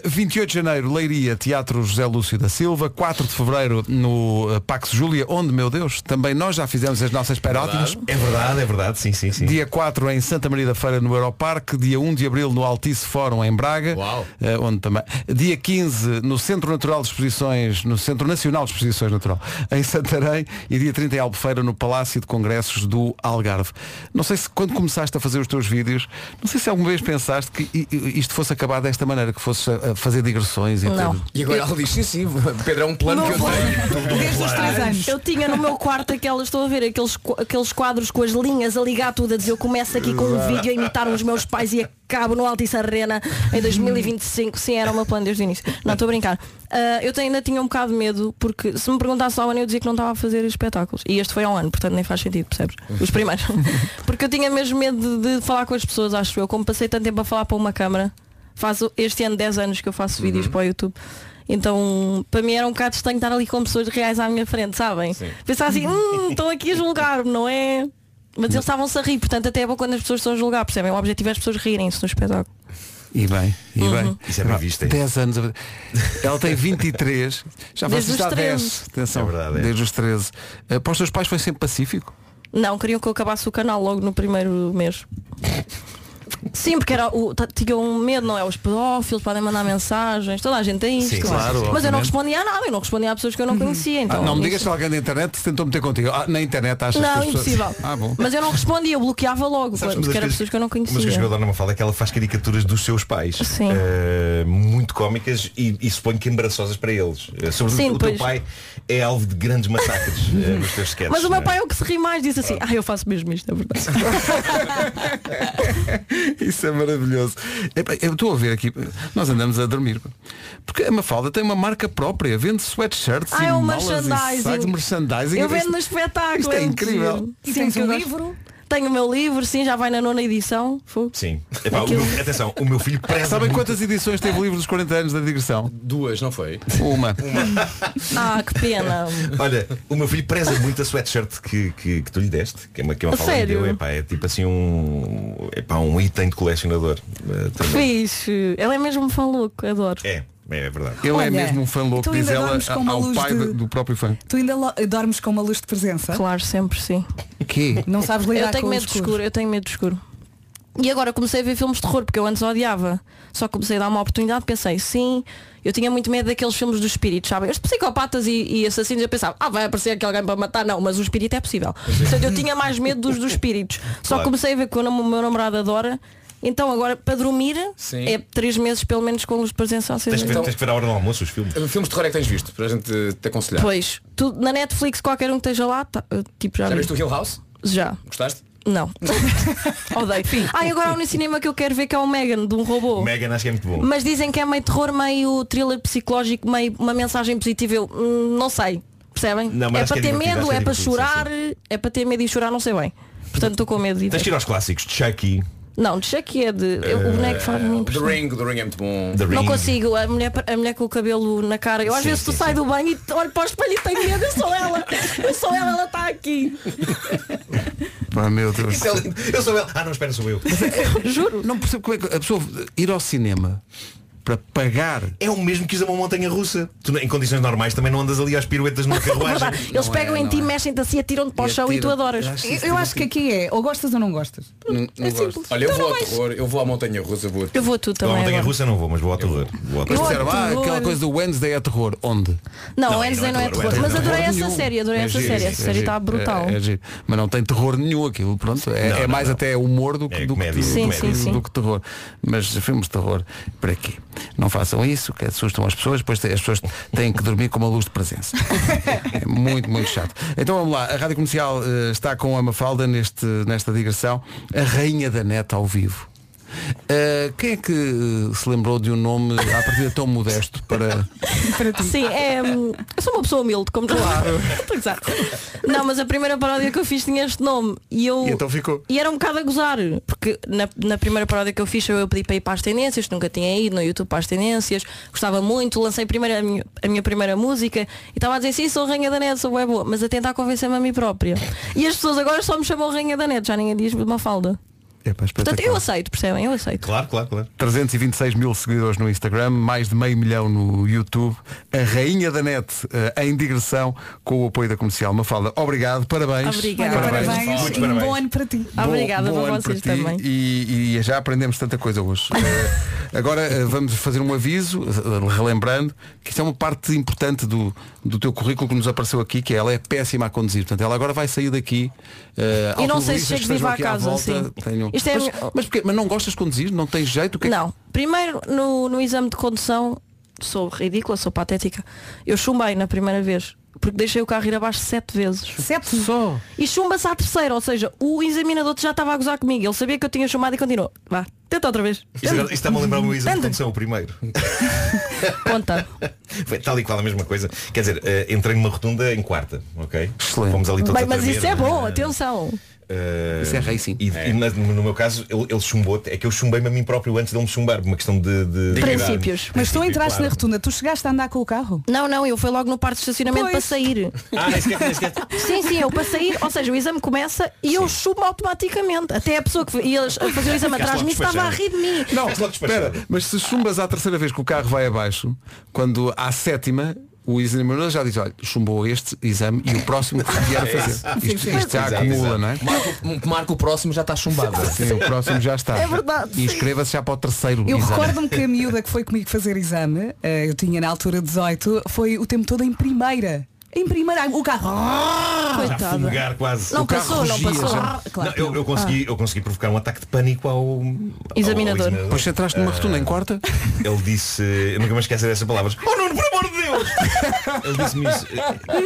Uh, 28 de janeiro, Leiria, Teatro José Lúcio da Silva. 4 de fevereiro, no uh, Pax Júlia, onde, meu Deus, também nós já fizemos as nossas perótimas.
É verdade, é verdade, sim, sim, sim.
Dia 4 em Santa Maria da Feira, no Europarque. Dia 1 de abril, no Altice Fórum, em Braga. eh, onde também. Dia 15, no Centro Natural de Exposições, no Centro Nacional de Exposições Natural, em Santarém. E dia 30 em Albufeira, no Palácio de Congressos do Algarve. Não sei se quando começaste a fazer os teus vídeos, não sei se alguma vez pensaste que i- i- isto fosse acabar desta maneira, que fosse a a fazer digressões e
Não.
tudo.
E agora ele diz, sim, sim, Pedro é um plano
Não
que eu tenho.
Desde os três anos.
Eu tinha no meu quarto aquelas, estou a ver, aqueles, qu- aqueles quadros com as linhas a ligar tudo, a dizer eu começo aqui com um vídeo a imitar os meus pais e acabo no Altice Arena em 2025. Sim, era o meu plano desde o início. Não, estou a brincar. Ah, eu te- ainda tinha um bocado de medo, porque se me perguntasse ao ano eu dizia que não estava a fazer espetáculos. E este foi ao ano, portanto nem faz sentido, percebes? Os primeiros. Porque eu tinha mesmo medo de, de falar com as pessoas, acho eu. Como passei tanto tempo a falar para uma câmara, faço este ano 10 anos que eu
Uhum.
faço vídeos para o YouTube. Então, para mim era um bocado estranho estar ali com pessoas reais à minha frente, sabem? Pensar assim, hum, estão aqui a julgar-me, não é? Mas eles estavam-se a rir, portanto até é bom quando as pessoas estão a julgar, percebem? O objetivo é as pessoas rirem-se no espetáculo.
E bem, e bem.
Isso é bem visto, é.
10 anos. a- Ela tem 23. Já faz
Desde
isto
os
há 10.
13.
Atenção.
É verdade, é.
Desde os 13. Eh, Para os teus pais foi sempre pacífico?
Não, queriam que eu acabasse o canal logo no primeiro mês. Sim, porque era o, t- tinha um medo, não é? Os pedófilos podem mandar mensagens, toda a gente tem isto.
Sim,
não é?
claro,
Mas eu não
obviamente.
respondia a nada, eu não respondia a pessoas que eu não conhecia.
Ah,
Então,
não me
isso-
digas que alguém da internet se tentou meter contigo. Ah, na internet achas que
Não,
as pessoas...
impossível.
Ah, bom.
Mas eu não respondia, eu bloqueava logo,
Sabes,
porque
mas
eram
as
pessoas que eu não
Uma das coisas
conhecia.
que a Dona Mafalda é que ela faz caricaturas dos seus pais
Sim.
eh, Muito cómicas e, e suponho que embaraçosas para eles Eh, Sobretudo
Sim,
o
pois.
teu pai é alvo de grandes massacres eh, nos teus sketches
Mas o meu
não é?
pai é o que se ri mais, disse assim, ah, eu faço mesmo isto, é verdade.
Isso é maravilhoso. Epá, Eu estou a ver aqui. Nós andamos a dormir. Porque a Mafalda tem uma marca própria. Vende sweatshirts
Ah,
e
é um
malas e sacos,
merchandising.
merchandising.
Eu vendo
Isto-
no espetáculo.
Isto é
muito
incrível.
giro.
E
Sim,
tens
que
um
eu gosto.
livro?
Tenho o meu livro, sim, já vai na nona edição. Fogo. [LAUGHS]
Sim
É
Epá, o meu- Atenção, o meu filho preza
Sabem
muito-
quantas edições teve o livro dos 40 anos da digressão?
Duas, não foi?
Uma.
Ah, que
[LAUGHS]
pena.
Olha, o meu filho preza muito a sweatshirt que, que, que tu lhe deste, que é uma, que é uma
A
fala que
sério?
deu, epá, é tipo assim um, epá, um item de colecionador. Eh, tem-
Fixe. Ele é mesmo um fã louco, adoro.
É, é verdade.
Ele é
Olha,
mesmo um fã louco,
então
diz
ainda
ela
dormes com uma
ao
luz
pai
de-
do- do próprio fã.
Tu ainda lo- dormes com uma luz de
É.
presença?
Claro, sempre sim.
Quê?
Não sabes lidar
eu tenho
com o
medo de escuro, eu tenho medo de escuro. E agora comecei a ver filmes de terror, porque eu antes odiava. Só comecei a dar uma oportunidade, pensei, sim, eu tinha muito medo daqueles filmes dos espíritos, sabem? Os psicopatas e, e assassinos eu pensava, ah, vai aparecer aqui alguém para matar, não, mas o espírito é possível. Portanto, eu tinha mais medo dos, dos espíritos. Só
Claro.
comecei a ver que o nam- meu namorado adora. Então agora para dormir
Sim.
é três meses pelo menos com luz de presença acesa.
Tens, que ver,
Então-
tens que ver a hora do almoço os filmes.
Filmes de terror é que tens visto, para a gente eh, te aconselhar.
Pois, tu, na Netflix qualquer um que esteja lá, tá, eu, tipo já,
Já
vi.
viste o Hill House?
já.
Gostaste?
Não. [LAUGHS] Odeio. Ah, e agora há um no cinema que eu quero ver que é o Megan, de um robô.
Megan acho que é muito bom.
Mas dizem que é meio terror, meio thriller psicológico, meio uma mensagem positiva. Eu hum, não sei. Percebem?
Não, mas
é
acho
para
que é
ter
divertido,
medo,
acho que
é para
é divertido,
chorar, é para ter medo e chorar, não sei bem. Portanto, estou com medo de.
Tens que ir aos clássicos. Chucky,
Não, deixa que é de. eu- o boneco faz
Uh,
me
The Ring, The Ring é muito bom. [LAUGHS]
The Ring.
Não consigo, a mulher, a mulher com o cabelo na cara. Eu às
Sim,
vezes tu
sim,
sai
sim.
do banho e te- olho para o espelho e tenho medo, eu sou ela. Eu sou ela, ela está aqui.
Pá, meu Deus.
Isso é lindo. Eu sou ele. Ah, não, espera, sou eu.
Juro.
Não percebo como é que a pessoa ir ao cinema para pagar.
É o mesmo que usa uma montanha russa. Tu, em condições normais, também não andas ali às piruetas numa carruagem.
Verdade. Eles
Não
pegam
é,
em
não
ti,
é.
mexem-te assim, atiram-te para o
E
chão e tu
atiram-te.
adoras.
Ah,
Acho tipo,
Eu, eu acho que aqui é, ou gostas ou não gostas.
é
Não gosto. Olha,
Então
eu vou ao terror, eu vou à montanha russa, vou a
Eu vou tu
Eu à
também.
montanha
agora.
russa não vou, mas vou ao terror. Vou ao
Mas
terror.
Eu-
disseram, ah,
terror.
aquela coisa do Wednesday é terror.
"Ah,
Onde?
Não,
Não,
o Wednesday não é terror. Mas
não é
adorei
Terror
essa
nenhum.
série, adorei
É
essa
giro,
série.
é
Essa série
giro,
está brutal.
é- é giro. Mas não tem terror nenhum aquilo, pronto. É,
Não,
é
não,
mais
não.
até humor do que,
É
do,
comédia,
que,
Sim,
do,
sim,
que-
sim.
do que terror. Mas filmes de terror, para quê? Não façam isso, que assustam as pessoas, depois as pessoas têm que dormir com uma luz de
[LAUGHS]
presença. é muito, muito chato. Então vamos lá, a Rádio Comercial eh, está com a Mafalda neste, nesta digressão, a Rainha da Neta ao vivo. Uh, quem é que uh, se lembrou de um nome à partida tão modesto
[LAUGHS]
para.
Sim, é, hum, eu sou uma pessoa humilde, como tu
Claro.
Estou a gozar. Não, mas a primeira paródia que eu fiz tinha este nome e eu
E então ficou.
e era um bocado a gozar, porque na, na primeira paródia que eu fiz eu pedi para ir para as tendências, nunca tinha ido no YouTube para as tendências, gostava muito, lancei primeiro a, minha, a minha primeira música e estava a dizer sim, sou Rainha da Net, sou bué boa, mas a tentar convencer-me a mim própria. E as pessoas agora só me chamam Rainha da Net, já ninguém diz uma falda.
Epá,
Portanto,
espetacular.
eu aceito, percebem? Eu aceito.
Claro, claro, claro.
326 mil seguidores no Instagram, mais de meio milhão no YouTube, a rainha da net eh, em digressão com o apoio da comercial. Mafalda, obrigado, É, parabéns.
Obrigada, parabéns,
Muito
e um
parabéns.
bom ano para ti.
Bom- bom ano para ti E, e já aprendemos tanta coisa
[LAUGHS]
hoje. Eh, agora eh, vamos fazer um aviso, eh, relembrando, que isto é uma parte importante do, do teu currículo que nos apareceu aqui, que ela é péssima a conduzir. Portanto, ela agora vai sair daqui. eh,
E não sei
automobilistas que
se chego
estejam
viva à
aqui à
casa,
volta
sim.
tenham-
Isto é a
mas,
minha-
mas porquê? Mas não gostas de conduzir? Não tens jeito? O que é que-
Não. Primeiro, no, no exame de condução, sou ridícula, sou patética. Eu chumbei na primeira vez, porque deixei o carro ir abaixo sete vezes.
Sete?
Só?
E chumba-se à terceira, ou seja, o examinador já estava a gozar comigo. Ele sabia que eu tinha chumbado e continuou. Vá, tenta outra vez.
Isto agora- isto está-me a lembrar o meu exame de condução, o primeiro. [LAUGHS]
Conta.
Foi tal e qual a mesma coisa. Quer dizer, eh, entrei numa rotunda em quarta, ok?
Excelente.
Fomos ali todos
Bem,
a
mas
tremer,
isso é bom,
eh,
atenção.
eh,
Isso é racing.
E, e na- no meu caso, ele, ele chumbou. É que eu chumbei-me a mim próprio antes de ele me chumbar. Uma questão de. de
Princípios.
de-
Mas tu
princípio,
entraste
claro.
na rotunda, tu chegaste a andar com o carro?
Não, não, eu fui logo no parque de estacionamento
Pois.
para sair.
Ah, nem sequer- nem sequer-
[LAUGHS] Sim, sim, eu para sair, ou seja, o exame começa e eu chumbo automaticamente. Até a pessoa que ia a fazer o exame
Ficaste
atrás de mim
logo
estava a rir de mim.
Não,
Ficaste logo despachado.
espera, mas se chumbas à terceira vez que o carro vai abaixo, quando à sétima, o examinador já diz, olha, chumbou este exame e o próximo que vier a
É
fazer. Isto, isto já
Exato,
acumula,
exato.
não é?
Marco, Marco, o próximo já está chumbado.
Sim, o próximo já está.
É verdade.
E inscreva-se já para o terceiro
Eu
exame.
recordo-me que a miúda que foi comigo fazer exame, eh, eu tinha na altura 18, foi o tempo todo em primeira. Em primeira, o carro.
Já
Ah, Coitada.
fumegar quase.
Não
O carro
passou, não
rugia,
passou.
já.
Claro
Não,
que
eu,
não.
eu consegui, eu consegui provocar um ataque de pânico ao, ao-
Examinador.
ao
Depois entraste numa rotunda em quarta.
Ele disse, eu nunca me esqueço dessas palavras. Oh Nuno, por amor de Deus! Ele disse-me isso.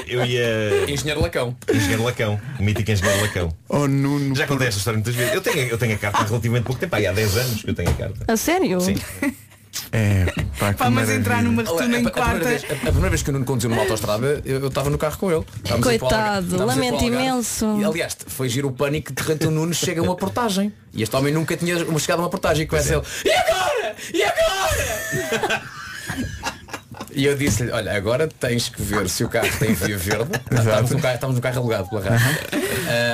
Eu ia.
Engenheiro Lacão.
Engenheiro Lacão, o mítico engenheiro Lacão.
Oh Nuno.
Já contei esta história muitas vezes. Eu tenho, eu tenho a carta há relativamente pouco tempo, há 10 anos que eu tenho a carta.
A sério?
Sim.
É, pá, que
Vamos
maravilha.
entrar numa
Olha,
rotunda
a-
em
a, primeira
quarta.
vez, a, a primeira vez que eu não conduzi numa autostrada, eu eu estava no carro com ele. Estávamos a ir para o
Coitado,
Algarve. Estávamos a ir para o
lamento
Algarve.
imenso.
E, aliás, foi giro o pânico que de repente o Nuno chega a uma portagem. E este homem nunca tinha chegado a uma portagem e começa ele. E agora? E agora? E eu disse-lhe, olha, agora tens que ver se o carro tem via verde. Estávamos num carro, estávamos num carro alugado pela rádio.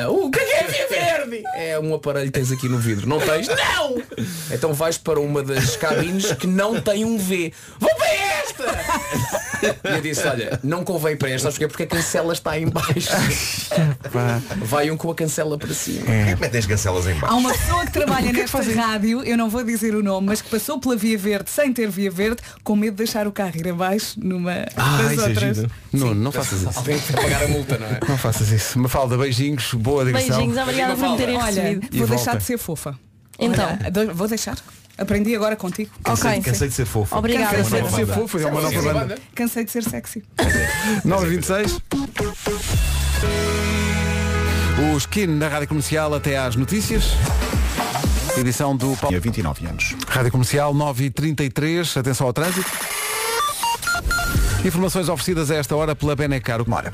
Ah, o que é que é via verde? É um aparelho que tens aqui no vidro. Não tens? Não! Então vais para uma das cabines que não tem um V. Vou para esta! E eu disse, olha, não convém para esta, sabes porquê? Porque a cancela está em baixo. Vai um com a cancela para cima.
Porquê é que metem as cancelas em
Há
baixo?
uma pessoa que trabalha nesta rádio, eu não vou dizer o nome, mas que passou pela Via Verde sem ter Via Verde, com medo de deixar o carro ir abaixo numa das
isso é
outras.
giro.
Nuno, não faças isso.
Alguém que vai pagar a multa, não é?
Não faças isso. Mafalda, beijinhos, boa digressão.
Beijinhos, obrigada por me terem
Olha,
É recebido.
E
vou
volta.
deixar de ser fofa.
Então.
Olha, adoro- vou deixar. Aprendi agora contigo.
Ok.
Cansei de ser fofo.
Obrigada.
Cansei
Deve ser fofo, é uma nova banda.
Cansei de ser sexy.
926. O Skin na Rádio Comercial até às notícias. Edição do Paulo.
Tinha 29 anos.
Rádio Comercial 9h33, atenção ao trânsito. Informações oferecidas a esta hora pela Benecar. Mora.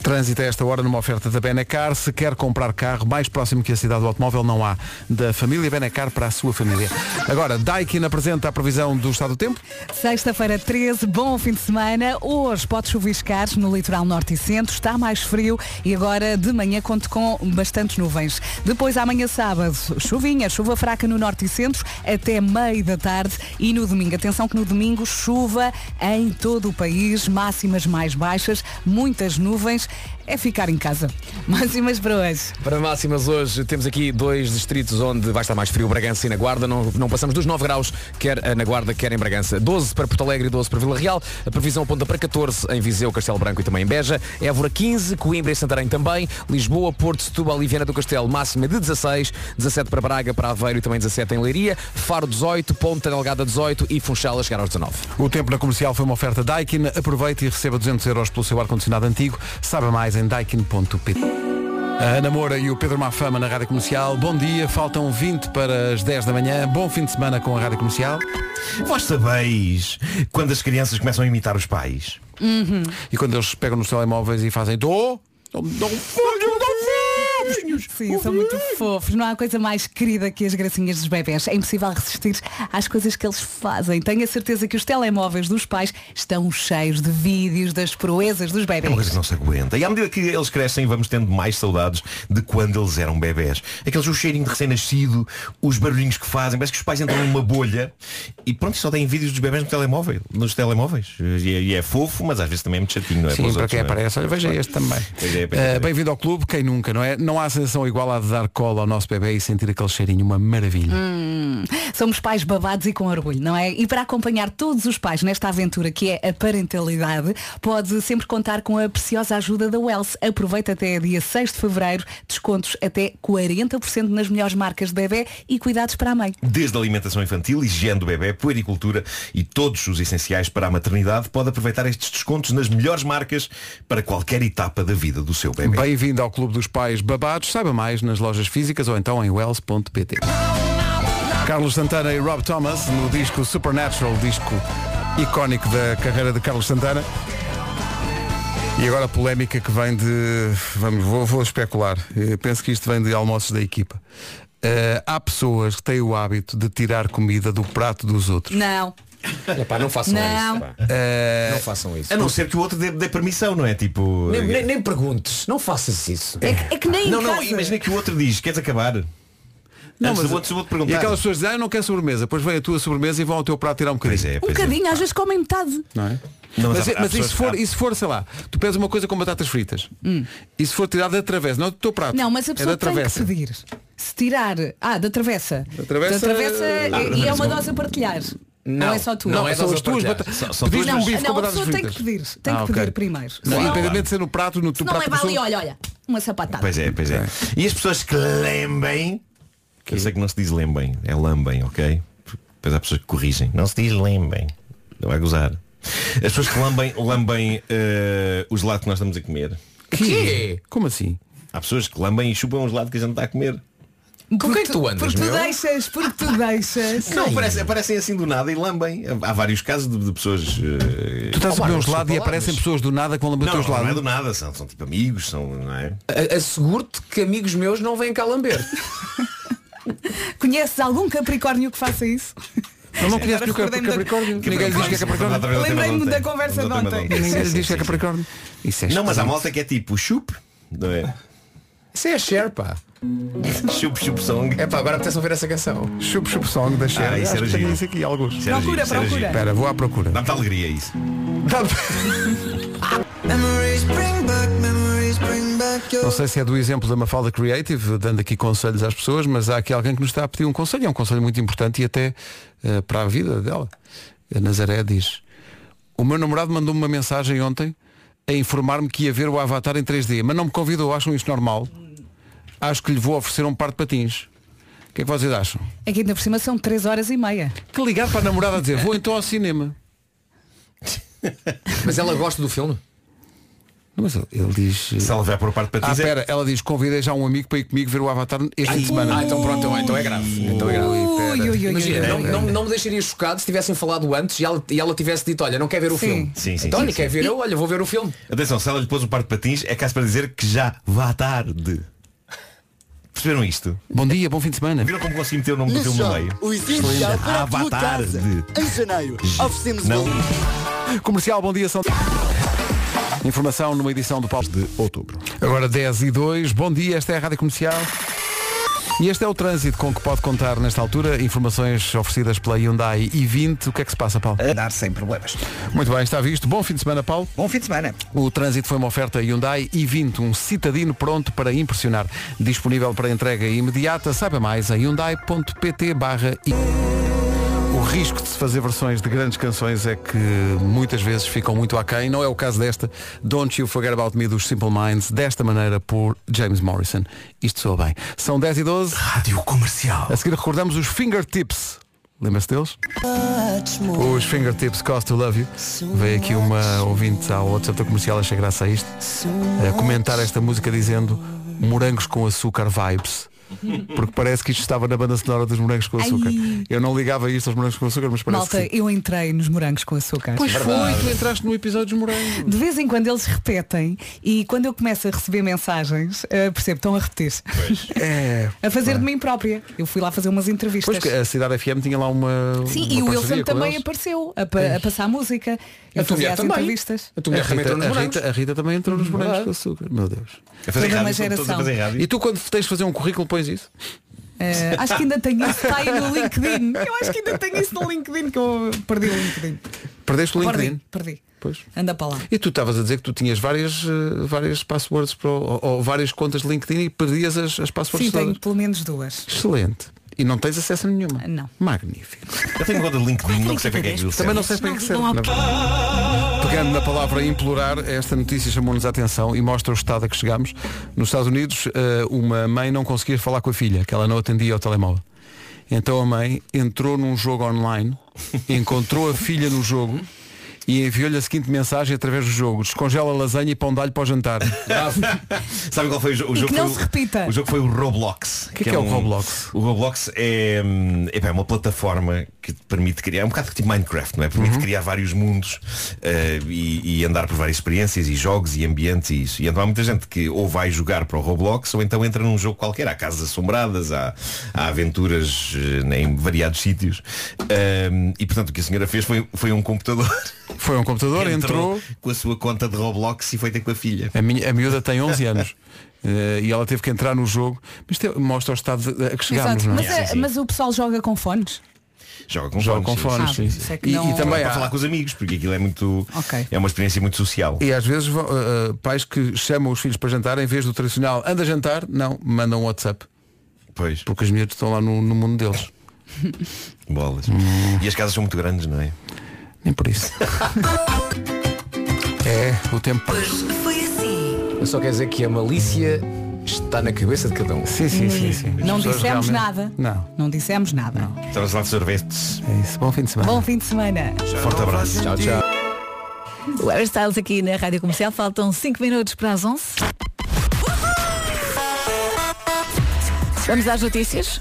Trânsito a esta hora numa oferta da Benecar. Se quer comprar carro mais próximo que a cidade do automóvel, não há. Da família Benecar para a sua família. Agora, Daikin apresenta a previsão do estado do tempo.
Sexta-feira 13, bom fim de semana. Hoje pode chuviscar no litoral norte e centro, está mais frio e agora de manhã conto com bastantes nuvens. Depois amanhã sábado, chuvinha, chuva fraca no norte e centro até meio da tarde e no domingo, atenção que no domingo chuva em todo o país, máximas mais baixas, muitas nuvens, é ficar em casa. [LAUGHS] Máximas para hoje.
Para máximas hoje temos aqui dois distritos onde vai estar mais frio, Bragança e na Guarda. Não, não passamos dos 9 graus, quer eh, na Guarda, quer em Bragança. 12 para Porto Alegre e 12 para Vila Real. A previsão aponta para 14 em Viseu, Castelo Branco e também em Beja. Évora 15, Coimbra e Santarém também. Lisboa, Porto, Setúbal e Viana do Castelo, máxima de 16. 17 para Braga, para Aveiro e também 17 em Leiria. Faro 18, Ponta Delgada 18 e Funchal a chegar aos 19.
O tempo na comercial foi uma oferta Daikin. Aproveite e receba 200 euros pelo seu ar-condicionado antigo. Saiba mais em daikin.pt. A Ana Moura e o Pedro Mafama na Rádio Comercial. Bom dia, faltam 20 para as 10 da manhã. Bom fim de semana com a Rádio Comercial.
Vós sabeis quando as crianças começam a imitar os pais.
Uhum. E quando eles pegam nos telemóveis e fazem Dô, dão dão folhos, dão folhos.
Sim, são
É
muito fofos. Não há coisa mais querida que as gracinhas dos bebés. É impossível resistir às coisas que eles fazem. Tenho a certeza que os telemóveis dos pais estão cheios de vídeos das proezas dos
É uma coisa
bebés.
que não se aguenta. E à medida que eles crescem, vamos tendo mais saudades de quando eles eram bebés. Aqueles o cheirinho de recém-nascido, os barulhinhos que fazem, parece que os pais entram numa bolha e pronto, só têm vídeos dos bebés no telemóvel, nos telemóveis. E é, e é fofo, mas às vezes também é muito chatinho, não é?
Sim,
os
para
outros,
quem
não é?
aparece, olha, veja este também.
Pois é, pois é,
Eh, Bem-vindo ao clube, quem nunca, não é? Não há sensação igual a de dar cola ao nosso bebê e sentir aquele cheirinho, uma maravilha.
Hum, somos pais babados e com orgulho, não é? E para acompanhar todos os pais nesta aventura que é a parentalidade, pode sempre contar com a preciosa ajuda da Wells. Aproveita até dia 6 de fevereiro, descontos até 40% nas melhores marcas de bebê e cuidados para a mãe.
Desde a alimentação infantil, higiene do bebê, puericultura e todos os essenciais para a maternidade, pode aproveitar estes descontos nas melhores marcas para qualquer etapa da vida do seu bebê.
Bem-vindo ao Clube dos Pais Babados. Saiba mais nas lojas físicas ou então em wells.pt. Carlos Santana e Rob Thomas no disco Supernatural, disco icónico da carreira de Carlos Santana. E agora a polémica que vem de. Vamos, vou, vou especular. Eh, penso que isto vem de almoços da equipa. Eh, há pessoas que têm o hábito de tirar comida do prato dos outros.
Não.
Epá, não façam
Não.
isso. pá.
Eh,
Não façam isso.
A não ser que o outro dê, dê permissão, não é? Tipo.
Nem, nem- nem perguntes, não faças isso.
É que, é que nem em
não, não,
casa.
imagina que o outro diz, queres acabar?
Não,
Não, mas
mas-
eu vou-te vou
E
perguntar.
aquelas pessoas dizem, ah, eu não quero sobremesa, depois vem a tua sobremesa e vão ao teu prato tirar um bocadinho.
Pois é,
Um
pois é.
bocadinho, às vezes comem metade.
Não é?
Não,
mas
mas há-
e-
há
mas e,
pessoas
se
que-
for,
há-
e se for, sei lá, tu pedes uma coisa com batatas fritas e se for tirada da travessa, não do teu prato.
Não, mas a
é
pessoa
da
tem que
travessa.
pedir. Se tirar. Ah, da travessa. Da
travessa-
e e é uma dose a partilhar. Não, é só tu.
Não, é
são
só
as tuas
partilhar.
batatas.
Só- só
Pediste
duas,
um
mas-
bife
não,
com
a pessoa
batatas fritas.
tem que pedir. Tem
Ah,
que
ok.
pedir primeiro.
Não,
Senão-
independentemente de ser no prato, no teu
Se não
prato.
leva ali,
pessoa-
olha, olha, uma sapatada.
Pois é, pois é. E as pessoas que lembem. Eu sei que não se diz lembem, é lambem, ok? Depois há pessoas que corrigem. Não se diz lembem. Não vai gozar. As pessoas que lambem, lambem eh, o gelado que nós estamos a comer.
Quê?
Como assim?
Há pessoas que lambem e chupam o gelado que a gente está a comer.
Com quem é que tu andas,
Porque tu
meu?
deixas, porque tu deixas.
Não, aparecem, aparecem assim do nada e lambem. Há vários casos de, de pessoas. eh,
Tu estás a
Olá,
comer um
desculpa
gelado e
lá,
aparecem
mas-
pessoas do nada que vão lamber o teu
não, não, não é
gelado.
do nada, são, são tipo amigos, são, não é?
A- Asseguro-te que amigos meus não vêm cá lamber.
Conheces algum Capricórnio que faça isso?
Eu não conheço o
Recordei-me da-
Capricórnio. Ninguém lhe diz que é Capricórnio.
Lembrei-me da conversa de ontem.
Ninguém lhe diz que é Capricórnio. Isso é
Não, mas há
estranho.
malta que é tipo chup, não é?
Isso é a Sherpa.
Chup, chup song.
É pá, agora apetece ouvir essa canção.
Chup Chup Song da Cher.
isso
Acho
era
que tenho
giro.
isso aqui, alguns.
Isso era
Procura,
giro, isso era
procura.
giro.
Espera, vou à procura.
Dá-me alegria isso.
Tá Não sei se é do exemplo da Mafalda Creative, dando aqui conselhos às pessoas, mas há aqui alguém que nos está a pedir um conselho. É um conselho muito importante e até eh, para a vida dela. A Nazaré diz, o meu namorado mandou-me uma mensagem ontem a informar-me que ia ver o Avatar em 3D, mas não me convidou, acham isto normal? Acho que lhe vou oferecer um par de patins. O que é que vocês acham?
Aqui ainda por cima são 3 horas e meia.
Que ligar para a namorada a dizer, vou então ao cinema.
[LAUGHS] Mas ela gosta do filme?
Não, Mas ele- ele diz... eh,
Se ela vai por um parte para
Ah,
ti,
espera, ela diz, convidei já um amigo para ir comigo ver o Avatar este fim de semana.
Ah, então pronto, então é- então é grave. Então é grave.
Ui, ui, ui, ui,
Imagina,
ui.
não, não, não me deixaria chocado se tivessem falado antes e ela, e ela tivesse dito, olha, não quer ver o
Sim.
filme.
Sim, sim,
então,
sim,
olha, quer ver eu, olha, vou ver o filme.
Atenção, se ela lhe pôs um par de patins, é caso para dizer que já vá tarde. Perceberam isto?
Bom dia, bom fim de semana.
Viram como consegui meter o nome do filme no meio? Ah,
o essencial para a tua
Avatar
casa.
de-
Em janeiro, oferecemos um
Não.
valor.
Comercial, bom dia, são... Informação numa edição do Paulo de Outubro. Agora 10 e 2, bom dia, esta é a Rádio Comercial. E este é o trânsito com que pode contar nesta altura. Informações oferecidas pela Hyundai i20. O que é que se passa, Paulo?
A dar sem problemas.
Muito bem, está visto. Bom fim de semana, Paulo.
Bom fim de semana.
O trânsito foi uma oferta Hyundai i20, um citadino pronto para impressionar. Disponível para entrega imediata, saiba mais em hyundai.pt barra i. O risco de se fazer versões de grandes canções é que muitas vezes ficam muito aquém. Não é o caso desta Don't You Forget About Me dos Simple Minds, desta maneira por James Morrison. Isto soa bem. São 10 e 12.
Rádio comercial.
A seguir recordamos os Fingertips. Lembra-se deles? Os Fingertips Cost to Love You. Veio aqui uma ouvinte ao WhatsApp da comercial, achei graça a isto, a comentar esta música dizendo morangos com açúcar vibes. Porque parece que isto estava na banda sonora dos morangos com açúcar.
Ai.
Eu não ligava isto aos morangos com açúcar, mas parece
Malta,
que
eu entrei nos morangos com açúcar.
Pois foi, Verdade. tu entraste no episódio dos morangos.
De vez em quando eles repetem e quando eu começo a receber mensagens, eh, percebo, estão a repetir.
é.
A fazer de mim própria. Eu fui lá fazer umas entrevistas.
Pois que a Cidade FM tinha lá uma. uma
Sim, e
parceria
o Wilson
com
também
eles.
apareceu a, pa- a passar música. Eu
A tua mulher
fazia as
também.
entrevistas.
A, Rita, a, Rita, a Rita também entrou nos morangos
Verdade.
com açúcar. Meu Deus.
A fazer Toda rádio, uma estão todos a geração. fazer rádio.
E tu quando tens de fazer um currículo pões isso?
Eh, acho que ainda tenho isso está aí no LinkedIn. Eu acho que ainda tenho isso no LinkedIn que eu perdi o LinkedIn.
Perdeste o LinkedIn?
Perdi. perdi.
Pois.
Anda para lá.
E tu estavas a dizer que tu tinhas várias, eh, várias passwords para o- ou, ou várias contas de LinkedIn e perdias as, as passwords
Sim,
todas.
tenho pelo menos duas.
Excelente. E não tens acesso a nenhuma.
Não.
Magnífico.
Eu tenho conta de LinkedIn, não sei para que é que aquilo
Também não sei
serve.
para que serve.
Não há-
na verdade. Pegando na palavra implorar, esta notícia chamou-nos a atenção e mostra o estado a que chegamos. Nos Estados Unidos, eh, uma mãe não conseguia falar com a filha, que ela não atendia ao telemóvel. Então a mãe entrou num jogo online, encontrou a filha no jogo e enviou-lhe a seguinte mensagem através do jogo. Descongela a lasanha e pão de alho para o jantar.
Sabe qual foi o, jo- o
E
jogo?
que não
foi o-
se repita.
O jogo foi o Roblox. um-
que é o Roblox?
O Roblox é, hum, epá, é uma plataforma que te permite criar, é um bocado tipo Minecraft, não é? Permite
Uhum.
criar vários mundos eh, e, e andar por várias experiências e jogos e ambientes e isso. E então há muita gente que ou vai jogar para o Roblox ou então entra num jogo qualquer. Há casas assombradas, há, há aventuras eh, em variados sítios. Ahm, e portanto o que a senhora fez foi, foi um computador.
Foi um computador,
[LAUGHS]
entrou
com a sua conta de Roblox e foi ter com a filha.
A, minha, a miúda tem 11 anos eh, e ela teve que entrar no jogo. Mas isto é- mostra o estado a que chegámos,
Exato.
não é?
Mas, eh, mas o pessoal joga com fones?
Joga com
Joga
fones.
com fones, sim.
isso é que
E,
não-
e também
para
há-
falar com os amigos, porque aquilo é muito.
Ok.
É uma experiência muito social.
E às vezes vão, ah, ah, pais que chamam os filhos para jantar, em vez do tradicional anda jantar, não, mandam um WhatsApp.
Pois.
Porque os miúdos estão lá no, no mundo deles.
Bolas. E as casas são muito grandes, não é?
Nem por isso. é, o tempo.
Foi assim.
Eu só quero dizer que a malícia está na cabeça de cada um.
Sim, sim, sim, sim.
Não dissemos nada.
Não.
Não dissemos nada.
Estamos lá de sorvetes.
É isso. Bom fim de semana.
Bom fim de semana.
Forte abraço.
Tchau, tchau.
O Airstyles aqui na Rádio Comercial. Faltam 5 minutos para as 11. Vamos às notícias?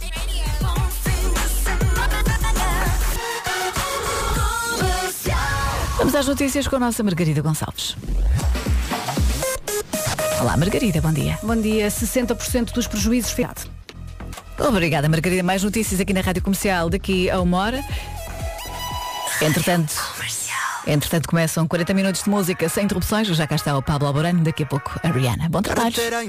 Vamos às notícias com a nossa Margarida Gonçalves. Olá, Margarida, bom dia.
Bom dia, 60% dos prejuízos fiados.
Obrigada, Margarida. Mais notícias aqui na Rádio Comercial daqui a uma hora. Entretanto, entretanto começam 40 minutos de música sem interrupções. Já cá está o Pablo Alborano, daqui a pouco a Rihanna. Bom trabalho.